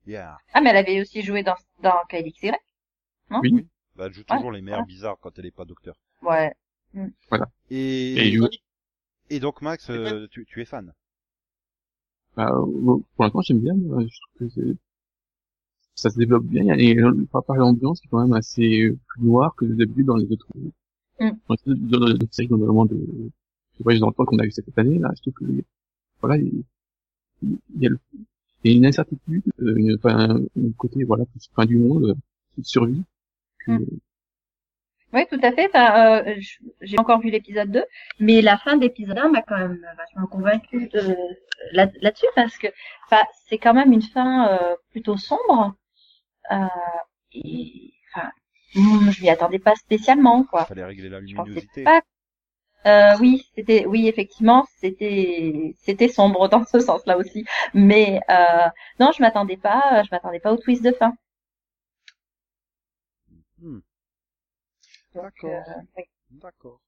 Speaker 1: Yeah.
Speaker 3: Ah, mais elle avait aussi joué dans, dans KLXY.
Speaker 1: Bah, elle joue
Speaker 3: Ouais,
Speaker 1: toujours les mères
Speaker 3: voilà.
Speaker 1: bizarres quand elle est pas docteur.
Speaker 3: Ouais.
Speaker 2: Et
Speaker 1: Et,
Speaker 2: il joue-
Speaker 1: et donc, Max, euh, tu, tu es fan.
Speaker 2: bah, euh, pour l'instant, j'aime bien. euh, Je trouve que c'est- ça se développe bien. Il y a- Et par, par l'ambiance qui est quand même assez euh, plus noire que d'habitude dans les autres, euh,
Speaker 3: Mm.
Speaker 2: dans les autres- dans les autres séries, dans le moment de, de voyage dans le temps qu'on a eu cette année, là. Je trouve que, voilà, il il y a, le- il y a une incertitude, euh, une- enfin, un côté, voilà, plus fin du monde, euh, de survie. que-
Speaker 3: Mm. Oui, tout à fait. Enfin, euh, je- j'ai encore vu l'épisode 2, mais la fin d'épisode 1 m'a quand même vachement convaincue euh, là- là-dessus parce que enfin, c'est quand même une fin euh, plutôt sombre. Euh, et enfin, mm, je m'y attendais pas spécialement, quoi.
Speaker 1: Fallait régler la
Speaker 3: Je pensais
Speaker 1: luminosité.
Speaker 3: pas. Euh, oui, c'était, oui, effectivement, c'était, c'était sombre dans ce sens-là aussi. Mais euh, non, je m'attendais pas, je m'attendais pas au twist de fin.
Speaker 1: Hmm.
Speaker 3: Donc,
Speaker 1: D'accord.
Speaker 3: euh, oui.
Speaker 1: D'accord.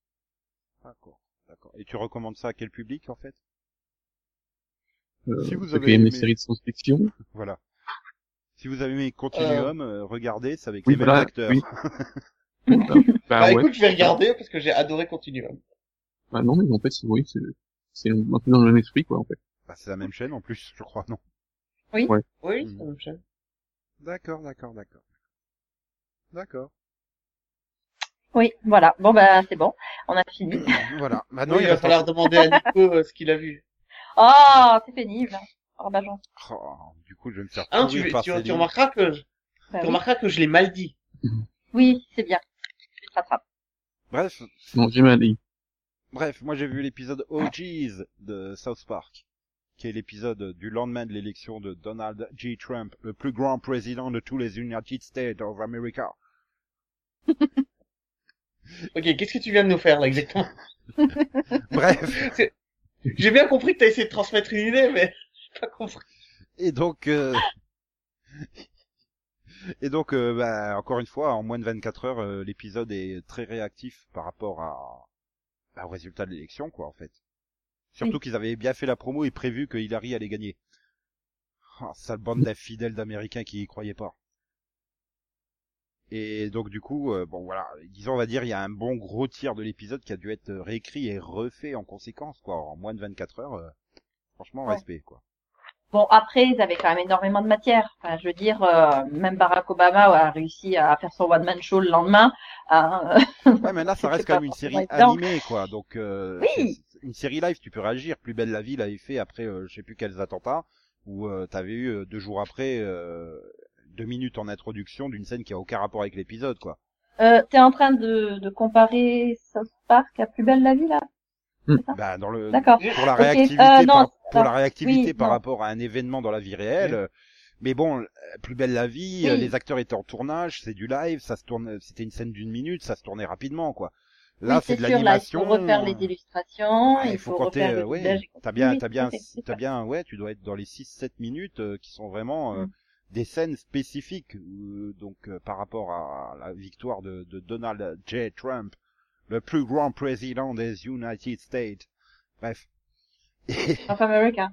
Speaker 1: D'accord. D'accord. Et tu recommandes ça à quel public, en fait?
Speaker 2: euh,
Speaker 1: Si vous
Speaker 2: ceux qui
Speaker 1: avez
Speaker 2: aiment les
Speaker 1: aimé-
Speaker 2: séries de science-fiction,
Speaker 1: Voilà. Si vous avez aimé Continuum, euh, regardez, c'est avec
Speaker 2: Oui,
Speaker 1: les mêmes
Speaker 2: voilà,
Speaker 1: acteurs.
Speaker 2: oui. bah,
Speaker 4: Bah,
Speaker 2: bah, ouais.
Speaker 4: écoute, je vais regarder parce que j'ai adoré Continuum.
Speaker 2: Bah, non, mais en fait, c'est, oui, c'est, c'est un peu dans le même esprit, quoi, en fait.
Speaker 1: Bah, c'est la même chaîne en plus, je crois, non
Speaker 4: Oui,
Speaker 1: Mm.
Speaker 4: c'est la même chaîne.
Speaker 1: D'accord, d'accord, d'accord. D'accord.
Speaker 3: Oui, voilà. Bon bah c'est bon, on a fini.
Speaker 1: Voilà. Bah non,
Speaker 4: Oui, il va
Speaker 1: reste
Speaker 4: falloir demander à Nico euh, ce qu'il a vu.
Speaker 3: Oh, c'est pénible. Oh bah j'en.
Speaker 1: encore- Oh, du coup, je vais me faire
Speaker 4: Ah, non,
Speaker 1: pourrir
Speaker 4: tu,
Speaker 1: par
Speaker 4: tu, tu
Speaker 1: Céline.
Speaker 4: remarqueras que, je-
Speaker 3: bah
Speaker 4: tu
Speaker 3: oui.
Speaker 4: remarqueras que je l'ai mal dit.
Speaker 3: Oui, c'est bien. Tu te rattrapes.
Speaker 1: Bref,
Speaker 2: Non, j'ai mal dit.
Speaker 1: bref, moi j'ai vu l'épisode OGs de South Park, qui est l'épisode du lendemain de l'élection de Donald G. Trump, le plus grand président de tous les United States of America.
Speaker 4: Ok, qu'est-ce que tu viens de nous faire là exactement
Speaker 1: Bref.
Speaker 4: J'ai bien compris que t'as essayé de transmettre une idée, mais j'ai pas compris.
Speaker 1: Et donc, euh, Et donc, euh, bah, encore une fois, en moins de 24 heures, euh, l'épisode est très réactif par rapport à, bah, au résultat de l'élection, quoi, en fait. Surtout qu'ils avaient bien fait la promo et prévu que Hillary allait gagner. Ah, sale bande d'infidèles d'Américains qui y croyaient pas. Et donc du coup, euh, bon voilà, disons on va dire il y a un bon gros tiers de l'épisode qui a dû être euh, réécrit et refait en conséquence quoi, en moins de 24 heures. euh, franchement,
Speaker 3: Ouais.
Speaker 1: respect quoi.
Speaker 3: Bon, après, ils avaient quand même énormément de matière. Enfin, je veux dire, euh, même Barack Obama a réussi à faire son one-man show le lendemain. hein.
Speaker 1: Ouais, mais là, ça reste
Speaker 3: C'est
Speaker 1: quand
Speaker 3: pas
Speaker 1: même une série
Speaker 3: forcément évident.
Speaker 1: animée, quoi. Donc, euh,
Speaker 3: Oui.
Speaker 1: c'est- c'est une série live, tu peux réagir. Plus belle la vie l'avait fait après, euh, je sais plus quels attentats, où euh, t'avais eu euh, deux jours après euh, deux minutes en introduction d'une scène qui a aucun rapport avec l'épisode, quoi.
Speaker 3: Euh, T'es en train de, de comparer South Park à Plus belle la vie, là
Speaker 1: Bah, dans le
Speaker 3: D'accord.
Speaker 1: pour la
Speaker 3: Ok,
Speaker 1: réactivité,
Speaker 3: euh, non,
Speaker 1: par, pour
Speaker 3: non,
Speaker 1: la réactivité
Speaker 3: oui,
Speaker 1: par
Speaker 3: non.
Speaker 1: rapport à un événement dans la vie réelle. euh, Mais bon, euh, plus belle la vie, euh,
Speaker 3: Oui.
Speaker 1: les acteurs étaient en tournage, c'est du live, ça se tourne, euh, c'était une scène d'une minute, ça se tournait rapidement, quoi. Là,
Speaker 3: Oui,
Speaker 1: c'est de
Speaker 3: sûr, là, il
Speaker 1: l'animation.
Speaker 3: faut refaire les illustrations,
Speaker 1: Ah,
Speaker 3: il faut, refaire
Speaker 1: compter,
Speaker 3: le
Speaker 1: euh, ouais,
Speaker 3: doublage.
Speaker 1: T'as bien,
Speaker 3: Oui,
Speaker 1: t'as bien,
Speaker 3: tout à fait, c'est
Speaker 1: t'as
Speaker 3: ça.
Speaker 1: bien, ouais, tu dois être dans les 6-7 minutes euh, qui sont vraiment
Speaker 3: Mm.
Speaker 1: euh, des scènes spécifiques. euh, donc euh, par rapport à la victoire de, de Donald J. Trump, le plus grand président des United States. Bref,
Speaker 3: North America.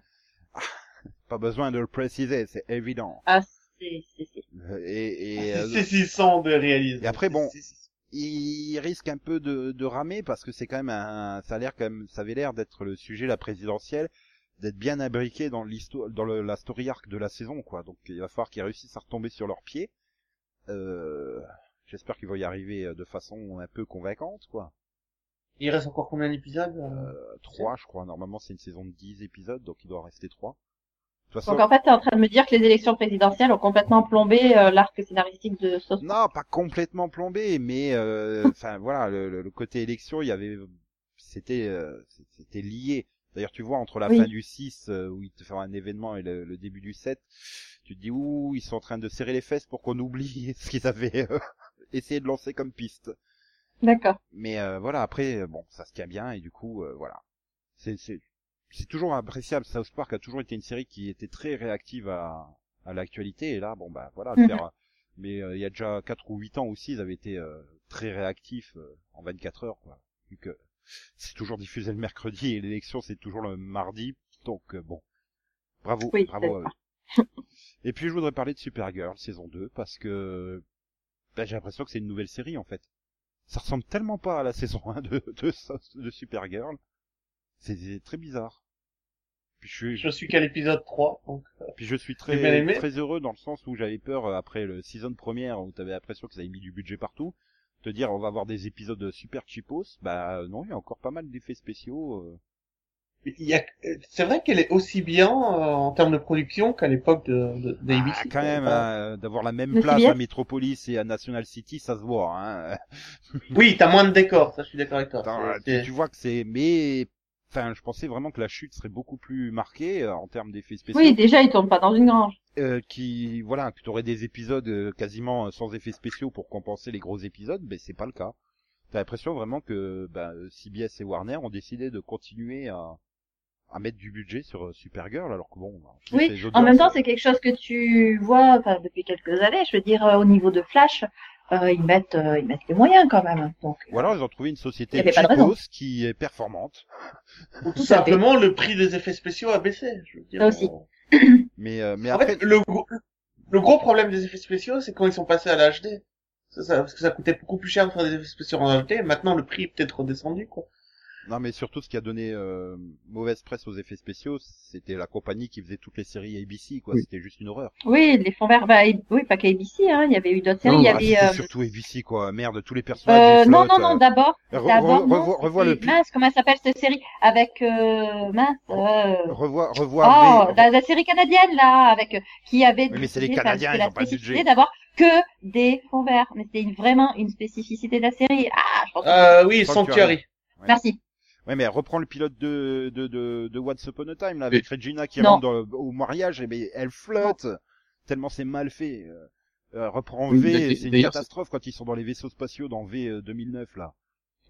Speaker 1: pas besoin de le préciser, c'est évident.
Speaker 3: Ah, c'est, c'est, c'est.
Speaker 1: Euh, Et, et, euh,
Speaker 4: C'est 600 de réalisme.
Speaker 1: Et après, bon.
Speaker 4: C'est- c'est-
Speaker 1: il risque un peu de, de ramer parce que c'est quand même un, ça a l'air quand même, ça avait l'air d'être le sujet la présidentielle, d'être bien imbriqué dans l'histoire, dans le- la story arc de la saison quoi. Donc il va falloir qu'ils réussissent à retomber sur leurs pieds. Euh, j'espère qu'ils vont y arriver euh, de façon un peu convaincante quoi.
Speaker 4: Il reste encore combien d'épisodes euh,
Speaker 1: Euh, trois je crois. Normalement c'est une saison de 10 épisodes donc il doit en rester trois. De toute façon,
Speaker 3: Donc en fait, t'es en train de me dire que les élections présidentielles ont complètement plombé euh, l'arc scénaristique de South Park.
Speaker 1: Non, pas complètement plombé, mais euh, enfin voilà, le, le- le côté élection, il y avait, c'était, euh, c'était lié. D'ailleurs, tu vois entre la
Speaker 3: Oui.
Speaker 1: fin du 6 euh, où ils te font un événement et le, le début du 7, tu te dis ouh, ils sont en train de serrer les fesses pour qu'on oublie ce qu'ils avaient euh, essayé de lancer comme piste.
Speaker 3: D'accord.
Speaker 1: Mais euh, voilà, après, euh, bon, ça se tient bien et du coup, euh, voilà. C'est, c'est, c'est toujours appréciable. South Park a toujours été une série qui était très réactive à, à l'actualité et là, bon, bah voilà,
Speaker 3: Mhm.
Speaker 1: faire- Mais euh, il y a déjà 4 ou 8 ans aussi, ils avaient été euh, très réactifs euh, en 24 heures, quoi. Vu que c'est toujours diffusé le mercredi et l'élection c'est toujours le mardi, donc euh, bon. Bravo,
Speaker 3: Oui,
Speaker 1: bravo à
Speaker 3: c'est
Speaker 1: eux. Et puis je voudrais parler de Supergirl saison 2 parce que ben, j'ai l'impression que c'est une nouvelle série en fait ça ressemble tellement pas à la saison 1 de, de, Sa- de Supergirl. C'est- C'est très bizarre. Puis je,
Speaker 4: Je
Speaker 1: suis-
Speaker 4: suis qu'à l'épisode 3, donc
Speaker 1: puis je suis
Speaker 4: J'ai bien
Speaker 1: très,
Speaker 4: aimé.
Speaker 1: très heureux dans le sens où j'avais peur euh, après le season première où t'avais l'impression qu'ils avaient mis du budget partout, te dire on va avoir des épisodes super cheapos. Bah euh, non, il y a encore pas mal d'effets spéciaux. euh.
Speaker 4: il y a... euh, c'est vrai qu'elle est aussi bien euh, en termes de production qu'à l'époque de, de, des
Speaker 1: Ah,
Speaker 4: ABC,
Speaker 1: quand
Speaker 4: quoi.
Speaker 1: même,
Speaker 4: Enfin,
Speaker 1: hein, d'avoir la même
Speaker 3: Le
Speaker 1: place à
Speaker 3: CBS?
Speaker 1: Metropolis et à National City, ça se voit. Hein.
Speaker 4: Oui, t'as moins de décors, ça je suis d'accord avec toi.
Speaker 1: Attends,
Speaker 4: C'est-
Speaker 1: tu, tu vois que c'est, mais, enfin, je pensais vraiment que la chute serait beaucoup plus marquée euh, en termes d'effets spéciaux.
Speaker 3: Oui, déjà, ils tournent pas dans une grange.
Speaker 1: euh, qui voilà que tu aurais des épisodes euh, quasiment sans effets spéciaux pour compenser les gros épisodes mais c'est pas le cas t'as l'impression vraiment que ben, CBS et Warner ont décidé de continuer à à mettre du budget sur euh, Supergirl alors que bon en plus,
Speaker 3: Oui,
Speaker 1: les
Speaker 3: En même temps,
Speaker 1: audiences-
Speaker 3: c'est quelque chose que tu vois enfin, depuis quelques années. Je veux dire, euh, au niveau de Flash, euh, ils mettent euh, ils mettent les moyens quand même. Donc,
Speaker 1: ou alors ils ont trouvé une société
Speaker 3: Il y avait pas de
Speaker 1: cheapos
Speaker 3: raison.
Speaker 1: qui est performante
Speaker 4: Ou tout
Speaker 3: Ça fait.
Speaker 4: simplement, le prix des effets spéciaux a baissé. Je veux dire,
Speaker 3: Ça aussi.
Speaker 4: euh,
Speaker 1: mais euh, mais
Speaker 4: En
Speaker 1: après
Speaker 4: fait, le gros, le gros problème des effets spéciaux, c'est quand ils sont passés à la HD. Ça, ça- parce que ça coûtait beaucoup plus cher de faire des effets spéciaux en HD. et Maintenant, le prix est peut-être redescendu, quoi.
Speaker 1: non mais surtout ce qui a donné euh, mauvaise presse aux effets spéciaux c'était la compagnie qui faisait toutes les séries ABC quoi
Speaker 2: Oui.
Speaker 1: c'était juste une horreur
Speaker 3: oui, les fonds verts, bah, et- oui, pas qu'ABC, hein, il y avait eu d'autres séries. il y
Speaker 1: Ah, c'était
Speaker 3: avait, euh,
Speaker 1: surtout ABC quoi merde tous les personnages
Speaker 3: euh,
Speaker 1: ils
Speaker 3: non, non,
Speaker 1: flottent,
Speaker 3: non,
Speaker 1: euh,
Speaker 3: d'abord,
Speaker 1: Re-
Speaker 3: d'abord,
Speaker 1: re-
Speaker 3: non,
Speaker 1: revois- revois le
Speaker 3: c'était- mince, comment elle s'appelle cette série avec euh, mince, euh,
Speaker 1: revois revois
Speaker 3: oh, la, la série canadienne là, avec euh, qui avait
Speaker 1: Oui, mais c'est les
Speaker 3: décidé, enfin,
Speaker 1: Canadiens,
Speaker 3: c'était
Speaker 1: ils
Speaker 3: la
Speaker 1: ont pas de budget.
Speaker 3: spécificité d'avoir que des fonds verts, mais c'était une- vraiment une spécificité de la série. Ah, je pense. que-
Speaker 4: Euh, oui,
Speaker 1: Sanctuary.
Speaker 4: Sanctuary.
Speaker 3: Merci.
Speaker 1: Ouais, mais elle reprend le pilote de, de, de, de Once Upon a Time, là, avec Regina qui
Speaker 3: Non.
Speaker 1: rentre dans- au mariage, et ben, elle flotte, tellement c'est mal fait. Euh, Elle reprend
Speaker 2: Oui, mais
Speaker 1: V,
Speaker 2: d'ailleurs,
Speaker 1: c'est une
Speaker 2: c'est-
Speaker 1: catastrophe quand ils sont dans les vaisseaux spatiaux dans V euh, 2009, là.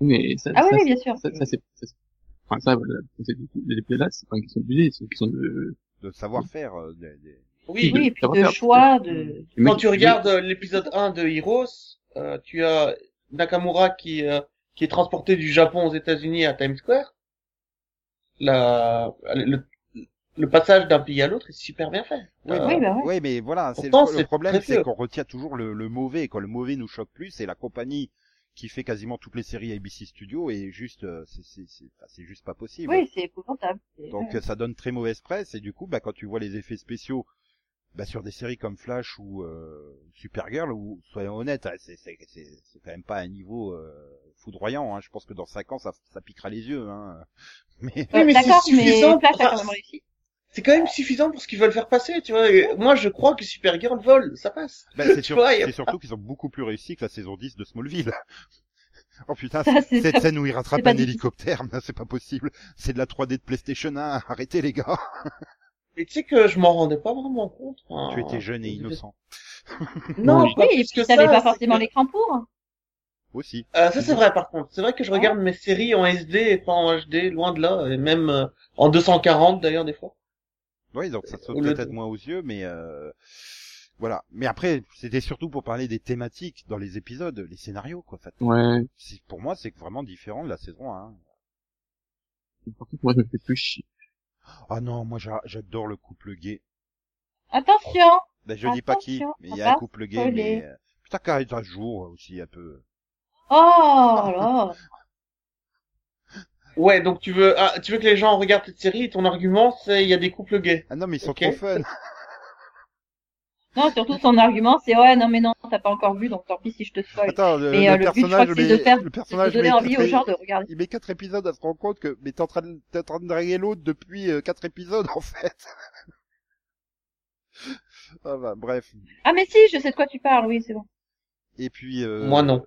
Speaker 2: Mais ça,
Speaker 3: Ah oui,
Speaker 2: ça,
Speaker 3: oui, bien sûr.
Speaker 2: ça, ça, c'est, ça, c'est- enfin, ça, voilà, c'est- les là, c'est pas une question de budget, c'est une question de,
Speaker 1: De savoir-faire, euh, des- des-
Speaker 4: Oui,
Speaker 3: Oui, et puis
Speaker 2: Ça va
Speaker 3: de
Speaker 2: faire-
Speaker 3: choix, de...
Speaker 2: Le mec,
Speaker 4: quand tu
Speaker 2: il-
Speaker 4: regardes euh, l'épisode 1 de Heroes, euh, tu as Nakamura qui euh, qui est transporté du Japon aux États-Unis à Times Square. La le, le passage d'un pays à l'autre est super bien fait.
Speaker 1: Oui,
Speaker 4: Euh,
Speaker 3: Oui, bah ouais.
Speaker 1: Oui, mais voilà, c'est
Speaker 4: Pourtant,
Speaker 1: le, le
Speaker 4: c'est
Speaker 1: problème,
Speaker 4: précieux.
Speaker 1: c'est qu'on retient toujours le, le mauvais. Quand le mauvais nous choque plus, c'est la compagnie qui fait quasiment toutes les séries ABC Studio et juste, euh, c'est- c'est c'est- enfin, c'est juste pas possible.
Speaker 3: Oui, c'est épouvantable. C'est-
Speaker 1: bah. Donc euh, ça donne très mauvaise presse et du coup, bah, quand tu vois les effets spéciaux bah, sur des séries comme Flash ou euh, Supergirl, ou soyons honnêtes, hein, c'est c'est- c'est- c'est quand même pas un niveau euh, foudroyant. Hein. Je pense que dans 5 ans, ça, ça piquera les yeux. Hein. Mais
Speaker 4: Oui, mais
Speaker 3: D'accord,
Speaker 4: c'est
Speaker 3: mais
Speaker 4: suffisant.
Speaker 3: Flash a
Speaker 4: Enfin,
Speaker 3: quand même réussi.
Speaker 4: C'est quand même suffisant pour ce qu'ils veulent faire passer, tu vois. Et moi, je crois que Supergirl vole, ça passe.
Speaker 1: bah, c'est
Speaker 4: Tu
Speaker 1: sur-
Speaker 4: vois, y a-
Speaker 1: c'est surtout qu'ils ont beaucoup plus réussi que la saison 10 de Smallville. Oh putain,
Speaker 3: Ça, c'est
Speaker 1: Cette
Speaker 3: sûr.
Speaker 1: scène où il rattrape
Speaker 3: C'est pas
Speaker 1: un
Speaker 3: du-
Speaker 1: hélicoptère, mais c'est pas possible. C'est de la 3D de PlayStation 1. Arrêtez les gars.
Speaker 4: Et tu sais que je m'en rendais pas vraiment compte. Enfin,
Speaker 1: Tu étais jeune et innocent.
Speaker 4: Non,
Speaker 2: Oui,
Speaker 4: pas
Speaker 3: Oui, et
Speaker 4: plus
Speaker 3: puis
Speaker 4: que
Speaker 3: t'avais
Speaker 4: ça,
Speaker 3: pas
Speaker 4: c'est
Speaker 3: forcément
Speaker 4: que-
Speaker 3: l'écran pour. hein.
Speaker 1: Aussi.
Speaker 4: Euh, ça c'est vrai par contre. C'est vrai que je regarde mes séries en SD et pas en HD, loin de là, et même euh, en 240 d'ailleurs des fois.
Speaker 1: Oui, donc ça te saute
Speaker 4: Ou le-
Speaker 1: peut-être moins aux yeux, mais euh, voilà. Mais après, c'était surtout pour parler des thématiques dans les épisodes, les scénarios, quoi. en fait.
Speaker 2: Ouais.
Speaker 1: C'est- Pour moi, c'est vraiment différent de la saison 1.
Speaker 2: Par contre, moi, je me fais plus chier.
Speaker 1: Ah non, moi j'a- j'adore le couple gay.
Speaker 3: Attention
Speaker 1: Ben, je dis pas qui,
Speaker 3: Attention,
Speaker 1: mais
Speaker 3: on
Speaker 1: il y a un
Speaker 3: va
Speaker 1: couple gay,
Speaker 3: spoiler.
Speaker 1: mais... euh, Putain, carré un jour euh, aussi, un peu.
Speaker 3: Oh là
Speaker 4: Ouais, donc tu veux ah, tu veux que les gens regardent cette série et ton argument c'est il y a des couples gays.
Speaker 1: Ah non, mais ils sont
Speaker 4: Ok.
Speaker 1: trop fun.
Speaker 3: Non, surtout son argument, c'est ouais, non mais non, t'as pas encore vu, donc tant pis si je te spoil.
Speaker 1: Attends, le,
Speaker 3: Mais,
Speaker 1: le
Speaker 3: euh, le but, je crois
Speaker 1: personnage,
Speaker 3: que c'est
Speaker 1: mais-
Speaker 3: de faire-
Speaker 1: le
Speaker 3: C'est de
Speaker 1: personnage,
Speaker 3: donner
Speaker 1: mais-
Speaker 3: envie aux gens de regarder.
Speaker 1: il met quatre épisodes à se rendre compte que mais t'es en train de t'es en train de draguer l'autre depuis euh, quatre épisodes en fait. ah bah bref.
Speaker 3: Ah mais si, je sais de quoi tu parles, oui, c'est bon.
Speaker 1: Et puis euh,
Speaker 4: Moi non.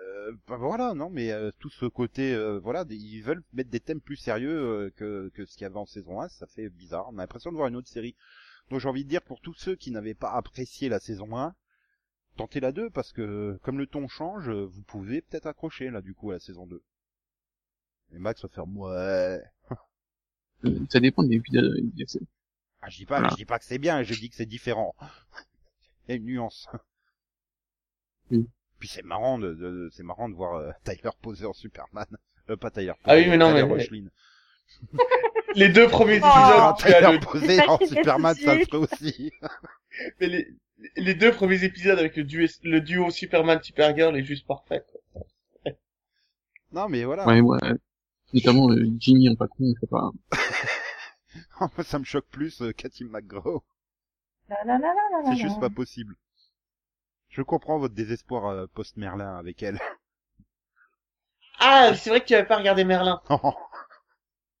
Speaker 1: euh, bah voilà non mais euh, tout ce côté euh, voilà des- ils veulent mettre des thèmes plus sérieux euh, que que ce qu'il y avait en saison 1, ça fait bizarre. On a l'impression de voir une autre série. Donc j'ai envie de dire pour tous ceux qui n'avaient pas apprécié la saison 1, tentez la 2 parce que comme le ton change, euh, vous pouvez peut-être accrocher là du coup à la saison 2. Et Max va faire ouais.
Speaker 2: Euh, Ça dépend des épisodes. des- des-
Speaker 1: Ah, je dis pas,
Speaker 2: Voilà.
Speaker 1: je dis pas que c'est bien, je dis que c'est différent. Il y a une nuance.
Speaker 2: Oui.
Speaker 1: Puis c'est marrant de, de- c'est marrant de voir euh, Tyler poser en Superman. Euh, pas Tyler.
Speaker 4: Ah oui,
Speaker 1: Posey,
Speaker 4: mais non,
Speaker 1: Tyler
Speaker 4: mais-
Speaker 1: Hoechlin.
Speaker 4: Les deux premiers épisodes,
Speaker 3: Ah.
Speaker 4: tu as
Speaker 1: Tyler
Speaker 4: le-
Speaker 1: Posey
Speaker 3: C'est pas
Speaker 1: en
Speaker 3: très
Speaker 1: Superman, ça le
Speaker 3: associé.
Speaker 1: ferait aussi.
Speaker 4: mais les, les deux premiers épisodes avec le duo le duo Superman Supergirl est juste parfait.
Speaker 1: Non, mais
Speaker 3: Ah.
Speaker 1: voilà.
Speaker 2: Ouais, moi, euh, notamment euh, Jimmy en patron, je sais pas.
Speaker 1: ça me choque plus euh, Cathy McGraw.
Speaker 4: Oh
Speaker 3: La, la, la, la, la, la,
Speaker 1: C'est juste
Speaker 3: la.
Speaker 1: pas possible. Je comprends votre désespoir euh, post-Merlin avec elle.
Speaker 4: Ah, c'est vrai que tu avais pas regardé Merlin.
Speaker 1: Non.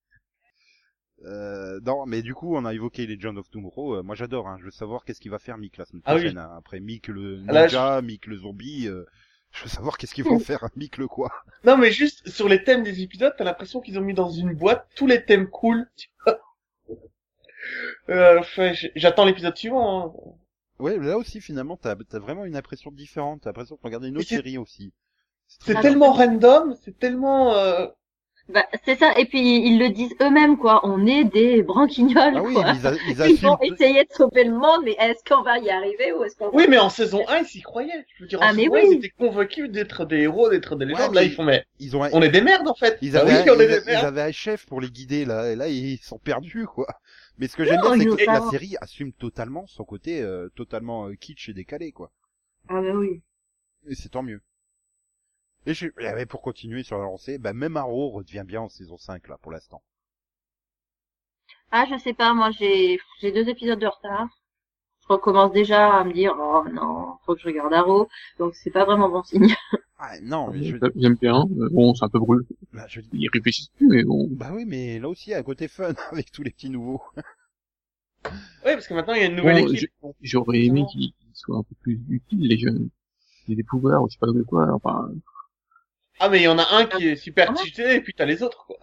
Speaker 1: Euh, non, mais du coup, on a évoqué Legend of Tomorrow. Euh, moi, j'adore. Hein. Je veux savoir qu'est-ce qu'il va faire Mick la semaine
Speaker 4: Ah oui. Ah,
Speaker 1: prochaine. hein. Après Mick le
Speaker 4: Là,
Speaker 1: ninja, Mick le zombie. euh, je veux savoir qu'est-ce qu'ils vont faire. hein. Mick le quoi
Speaker 4: Non, mais juste sur les thèmes des épisodes, t'as l'impression qu'ils ont mis dans une boîte tous les thèmes cool. tu vois. Euh, fait, j- J'attends l'épisode suivant. hein.
Speaker 1: Ouais, là aussi, finalement, t'as as vraiment une impression différente. T'as l'impression de regarder une autre
Speaker 4: c'est-
Speaker 1: série aussi.
Speaker 4: C'est
Speaker 7: Ah,
Speaker 1: très-
Speaker 4: tellement random, c'est tellement... euh,
Speaker 7: Bah, c'est ça. Et puis ils le disent eux-mêmes quoi. On est des branquignoles
Speaker 1: Ah oui,
Speaker 7: quoi.
Speaker 1: mais ils, a- ils
Speaker 7: Ils vont
Speaker 1: assument.
Speaker 7: essayer de sauver le monde, mais est-ce qu'on va y arriver ou est-ce qu'on
Speaker 4: Oui, mais en saison 1, ils s'y croyaient. Je veux dire, en
Speaker 7: Ah, mais
Speaker 4: saison 1,
Speaker 7: oui.
Speaker 4: ils étaient convaincus d'être des héros, d'être des légendes.
Speaker 1: Ouais,
Speaker 4: Là,
Speaker 1: mais-
Speaker 4: ils font, mais
Speaker 1: Ils ont. un-
Speaker 4: on est des merdes, en fait.
Speaker 1: Ils
Speaker 4: Bah
Speaker 1: avaient,
Speaker 4: oui,
Speaker 1: un,
Speaker 4: on est
Speaker 1: ils a-
Speaker 4: des
Speaker 1: ils
Speaker 4: merdes.
Speaker 1: avaient un chef pour les guider là, et là ils sont perdus quoi. Mais ce que j'aime
Speaker 7: Non,
Speaker 1: bien, c'est
Speaker 7: ils
Speaker 1: que
Speaker 7: nous
Speaker 1: la
Speaker 7: savent.
Speaker 1: série assume totalement son côté euh, totalement euh, kitsch et décalé quoi.
Speaker 7: Ah bah oui.
Speaker 1: Et c'est tant mieux. Et, je... et ouais, pour continuer sur la lancée, bah même Arrow redevient bien en saison 5 là pour l'instant.
Speaker 7: Ah je sais pas. Moi j'ai j'ai deux épisodes de retard. Je recommence déjà à me dire oh non faut que je regarde Arrow. Donc c'est pas vraiment bon signe.
Speaker 1: Ah non, mais je...
Speaker 2: J'aime bien. euh, Bon, c'est un peu brûlé.
Speaker 1: Bah, je...
Speaker 2: Ils réfléchissent plus, mais bon.
Speaker 1: bah oui, mais là aussi il y a un côté fun avec tous les petits nouveaux.
Speaker 4: Oui, parce que maintenant, il y a une nouvelle
Speaker 2: Bon,
Speaker 4: équipe. Bon,
Speaker 2: J'aurais aimé qu'ils qu'ils soient un peu plus utiles, les jeunes. Il y a des pouvoirs, ou je sais pas de quoi, enfin.
Speaker 4: Ah, mais il y en a un qui est super
Speaker 7: Ah bon
Speaker 4: cheaté, et puis t'as les autres, quoi.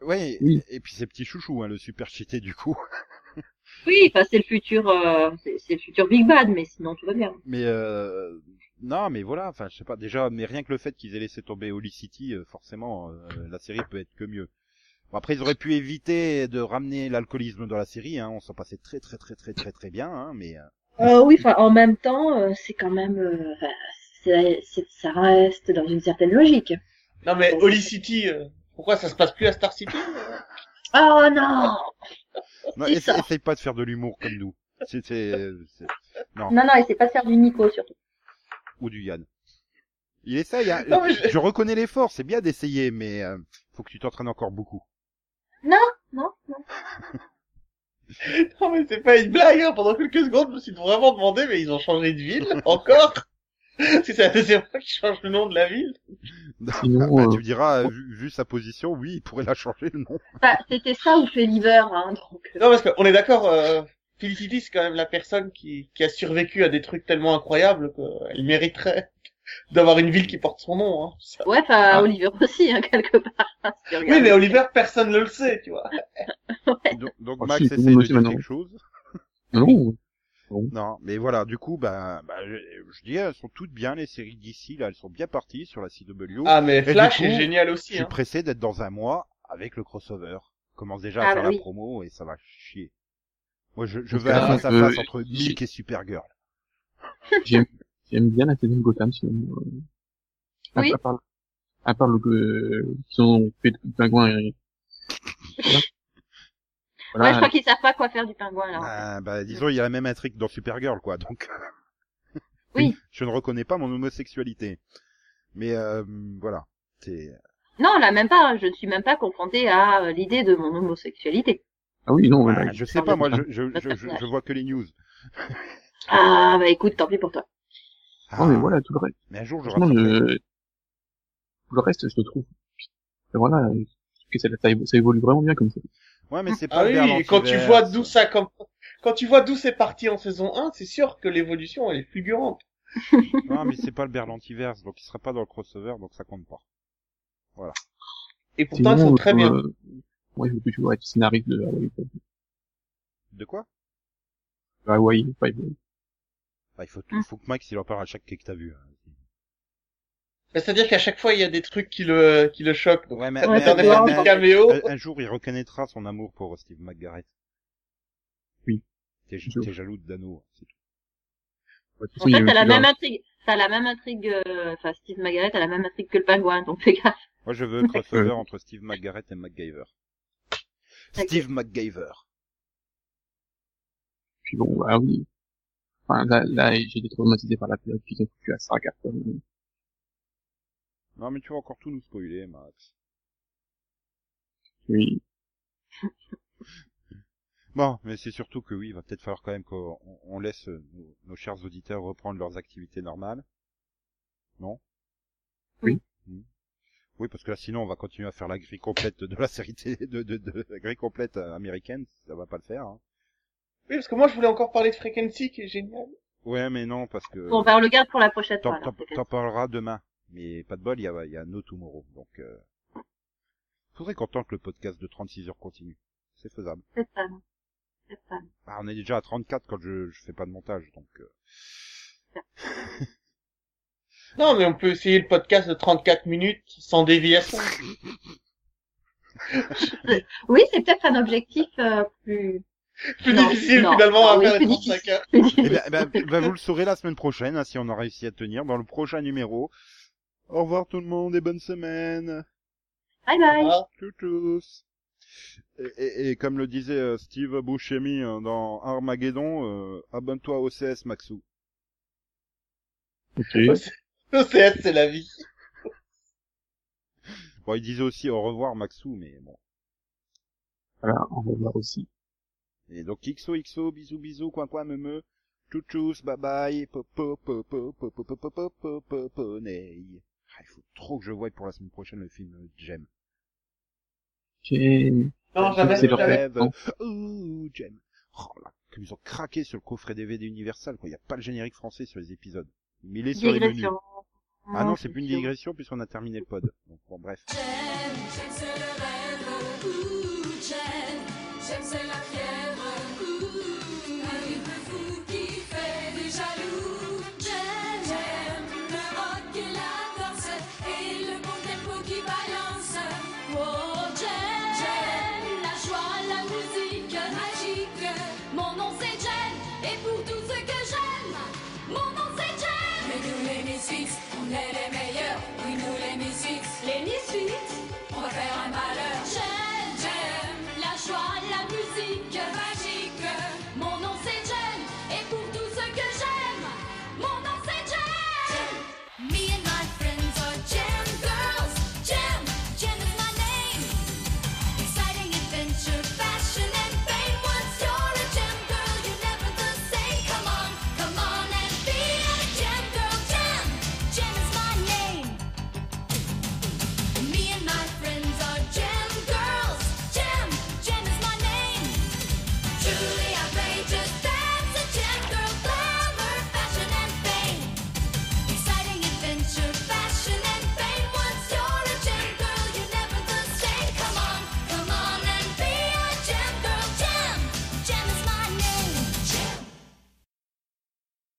Speaker 1: Ouais,
Speaker 2: Oui.
Speaker 1: et puis ces petits chouchous, hein, le super cheaté du coup.
Speaker 3: Oui, enfin, c'est le futur, euh, c'est c'est le futur Big Bad, mais sinon tout va bien.
Speaker 1: Mais euh... non, mais voilà, enfin je sais pas déjà, mais rien que le fait qu'ils aient laissé tomber Holy City, euh, forcément euh, la série peut être que mieux. Bon, après, ils auraient pu éviter de ramener l'alcoolisme dans la série. Hein. On s'en passait très très très très très très bien, hein, mais euh,
Speaker 7: Euh, oui, enfin, en même temps, euh, c'est quand même, euh, enfin, c'est- c'est- ça reste dans une certaine logique.
Speaker 4: Non mais Holy City, euh, pourquoi ça se passe plus à Star City
Speaker 7: Oh non
Speaker 1: non,
Speaker 7: C'est
Speaker 1: essa-
Speaker 7: ça.
Speaker 1: essaye pas de faire de l'humour comme nous. C'est c'est- euh, c'est-
Speaker 3: Non, non, essaie pas de faire du Nico, surtout.
Speaker 1: ou du Yann. Il essaye. Hein.
Speaker 4: Non, mais je-
Speaker 1: Je reconnais l'effort, c'est bien d'essayer, mais euh, faut que tu t'entraînes encore beaucoup.
Speaker 7: Non, non.
Speaker 4: Non mais c'est pas une blague, hein. pendant quelques secondes je me suis vraiment demandé mais ils ont changé de ville encore Parce que c'est la deuxième fois qu'ils changent le nom de la ville.
Speaker 2: Sinon,
Speaker 1: Ah, bah,
Speaker 2: euh,
Speaker 1: tu me diras, euh, vu, vu sa position, oui, il pourrait la changer, non
Speaker 7: Enfin, Bah, c'était ça ou fait l'hiver, hein, donc. euh,
Speaker 4: Non parce qu'on est d'accord, euh, Felicity c'est quand même la personne qui, qui a survécu à des trucs tellement incroyables qu'elle mériterait d'avoir une ville qui porte son nom. Hein. Ça-
Speaker 7: euh, Ouais, enfin,
Speaker 1: Ah.
Speaker 7: Oliver aussi, hein, quelque part. hein, si tu
Speaker 4: Oui
Speaker 7: regardes.
Speaker 4: mais Oliver personne ne le sait tu vois.
Speaker 1: Donc, donc
Speaker 2: Ah,
Speaker 1: Max
Speaker 2: si,
Speaker 1: essaie
Speaker 2: tout le
Speaker 1: de
Speaker 2: monde le sait
Speaker 1: dire
Speaker 2: maintenant.
Speaker 1: quelque chose.
Speaker 2: non,
Speaker 1: Non, mais voilà, du coup, bah, bah, je, je dis, elles sont toutes bien, les séries d'ici, là, elles sont bien parties sur la CW.
Speaker 4: Ah mais
Speaker 1: du
Speaker 4: Flash
Speaker 1: coup,
Speaker 4: est génial
Speaker 1: je
Speaker 4: aussi.
Speaker 1: suis
Speaker 4: Hein.
Speaker 1: pressé d'être dans un mois avec le crossover. Commence déjà à
Speaker 7: Ah,
Speaker 1: faire
Speaker 7: bah oui.
Speaker 1: la promo et ça va chier. Moi, je, je
Speaker 2: Parce
Speaker 1: veux
Speaker 2: que
Speaker 1: un
Speaker 2: là,
Speaker 1: face à
Speaker 2: euh,
Speaker 1: face entre
Speaker 2: j'ai-
Speaker 1: Milk et Supergirl.
Speaker 2: j'aime bien la saison de Gotham, sinon. euh, à-
Speaker 7: Oui.
Speaker 2: À, part, à part le, euh, qu'ils ont fait de pingouin et... Voilà.
Speaker 7: Ouais, je
Speaker 2: Voilà.
Speaker 7: crois qu'ils savent pas quoi faire du pingouin, là.
Speaker 1: Ah, bah, disons, il y a la même intrigue dans Supergirl, quoi, donc. euh,
Speaker 7: Oui.
Speaker 1: je ne reconnais pas mon homosexualité. Mais, euh, voilà. C'est,
Speaker 7: Non, là, même pas. hein, Je ne suis même pas confrontée à euh, l'idée de mon homosexualité.
Speaker 2: Ah oui, non,
Speaker 1: Ah,
Speaker 2: voilà.
Speaker 1: je sais pas, moi, je, je, je, je,
Speaker 7: personnage.
Speaker 1: je vois que les news.
Speaker 7: Ah, bah écoute, tant pis pour toi.
Speaker 2: Non, Ah, mais voilà, tout le reste.
Speaker 1: Ah, Mais un jour, je
Speaker 2: Franchement,
Speaker 1: rattraperai.
Speaker 2: je... Tout le reste, je le trouve. Et voilà, je trouve que ça, ça évo- ça évolue vraiment bien comme ça.
Speaker 1: Ouais, mais c'est pas
Speaker 4: Ah
Speaker 1: vers
Speaker 4: oui, et quand tu
Speaker 1: l'antiverse.
Speaker 4: vois d'où ça comme quand tu vois d'où c'est parti en saison 1, c'est sûr que l'évolution elle est fulgurante.
Speaker 1: Non, mais c'est pas le Berlantiverse, donc il sera pas dans le crossover, donc ça compte pas.
Speaker 4: Et pourtant ils sont
Speaker 2: Sinon,
Speaker 4: très
Speaker 2: euh,
Speaker 4: bien.
Speaker 2: Moi, je veux plus toujours être scénariste de Hawaii Five-O.
Speaker 1: De quoi
Speaker 2: De Hawaii Five-O.
Speaker 1: bah, il faut, il faut que Max il en parle à chaque quai que t'as vu. hein.
Speaker 4: Bah, C'est-à-dire qu'à chaque fois il y a des trucs qui le qui le choquent. Donc,
Speaker 1: Ouais, mais,
Speaker 7: Ouais,
Speaker 1: mais-
Speaker 4: t'en as
Speaker 1: mais-
Speaker 4: fait un
Speaker 1: mais-
Speaker 4: petit caméo.
Speaker 1: un, un jour il reconnaîtra son amour pour Steve McGarrett.
Speaker 2: Oui.
Speaker 1: T'es
Speaker 2: Je-
Speaker 1: t'es jaloux de Dano, hein, c'est tout.
Speaker 2: Ouais, de toute
Speaker 7: En
Speaker 2: façon, il y
Speaker 7: fait, t'as
Speaker 2: a
Speaker 7: la
Speaker 2: eu
Speaker 7: même intrigue. T'as la même intrigue, euh, enfin, Steve Margaret a la même intrigue que le pingouin, donc fais gaffe.
Speaker 1: Moi je veux un crossover
Speaker 2: Euh.
Speaker 1: entre Steve McGarrett et MacGyver.
Speaker 7: Ok.
Speaker 1: Steve MacGyver.
Speaker 2: Puis bon, ah oui. Enfin, là, là j'ai été traumatisé par la période qu'ils ont foutu à Sarah Carter.
Speaker 1: Non mais tu vas encore tout nous spoiler, Max.
Speaker 2: Oui.
Speaker 1: Bon, mais c'est surtout que oui, il va peut-être falloir quand même qu'on on laisse euh, nos, nos chers auditeurs reprendre leurs activités normales. Non
Speaker 2: Oui.
Speaker 1: Mm. Oui, parce que là, sinon, on va continuer à faire la grille complète de la série télé, de, de, de la grille complète euh, américaine, ça va pas le faire. Hein.
Speaker 4: Oui, parce que moi je voulais encore parler de Frequency qui est génial.
Speaker 1: Ouais, mais non, parce que
Speaker 7: Bon, bah, on le garde pour la prochaine fois.
Speaker 1: t'en
Speaker 7: alors,
Speaker 1: t'en- t'en parleras demain. Mais pas de bol, il y a, il y a No Tomorrow, donc... Euh... Faudrait qu'on tente le podcast de 36 heures continue. C'est faisable.
Speaker 7: peut-être pas, non. Peut-être pas.
Speaker 1: Ah, on est déjà à 34 quand je, je fais pas de montage, donc... euh,
Speaker 4: Non, mais on peut essayer le podcast de 34 minutes sans déviation.
Speaker 7: Oui, c'est peut-être un objectif euh, plus...
Speaker 4: Plus
Speaker 7: Non,
Speaker 4: difficile
Speaker 7: non.
Speaker 4: finalement
Speaker 7: Ah
Speaker 4: à
Speaker 7: oui,
Speaker 4: faire les
Speaker 7: plus
Speaker 4: 35 heures.
Speaker 1: Eh ben, eh ben, ben, vous le saurez la semaine prochaine, hein, si on a réussi à tenir, dans le prochain numéro. Au revoir tout le monde et bonne semaine.
Speaker 7: Bye bye
Speaker 4: Ah.
Speaker 1: Tchou tchous. Et, et- et comme le disait euh, Steve Buscemi hein, dans Armageddon, euh, abonne-toi au CS Maxou.
Speaker 2: Ok.
Speaker 4: OCS c'est la vie.
Speaker 1: Bon, il disait aussi au revoir Maxou, mais bon.
Speaker 2: Voilà, on va voir aussi.
Speaker 1: Et donc XOXO, bisous bisous, coin coin me me. Tchou tchous, bye bye, popo popo popo popo popo poponei. Ah, Il faut trop que je voie pour la semaine prochaine le film euh, Jem.
Speaker 2: Ok.
Speaker 5: Non, jamais,
Speaker 2: C'est leur
Speaker 5: jamais.
Speaker 1: rêve.
Speaker 2: Non.
Speaker 1: Ouh, Jem. Oh là, comme ils ont craqué sur le coffret DVD Universal, quoi. Il n'y a pas le générique français sur les épisodes. Mais il est sur les menus.
Speaker 7: Digression.
Speaker 1: Ah non, c'est plus une digression puisqu'on a terminé le pod. Donc bon, bref.
Speaker 8: J'aime, j'aime, c'est le rêve, ouh, j'aime, j'aime, c'est la fièvre, ouh, un rythme fou qui fait des jaloux. J'aime, j'aime, le rock et la danse, et le bon tempo qui balance. Oh, j'aime, j'aime, faire un malheur.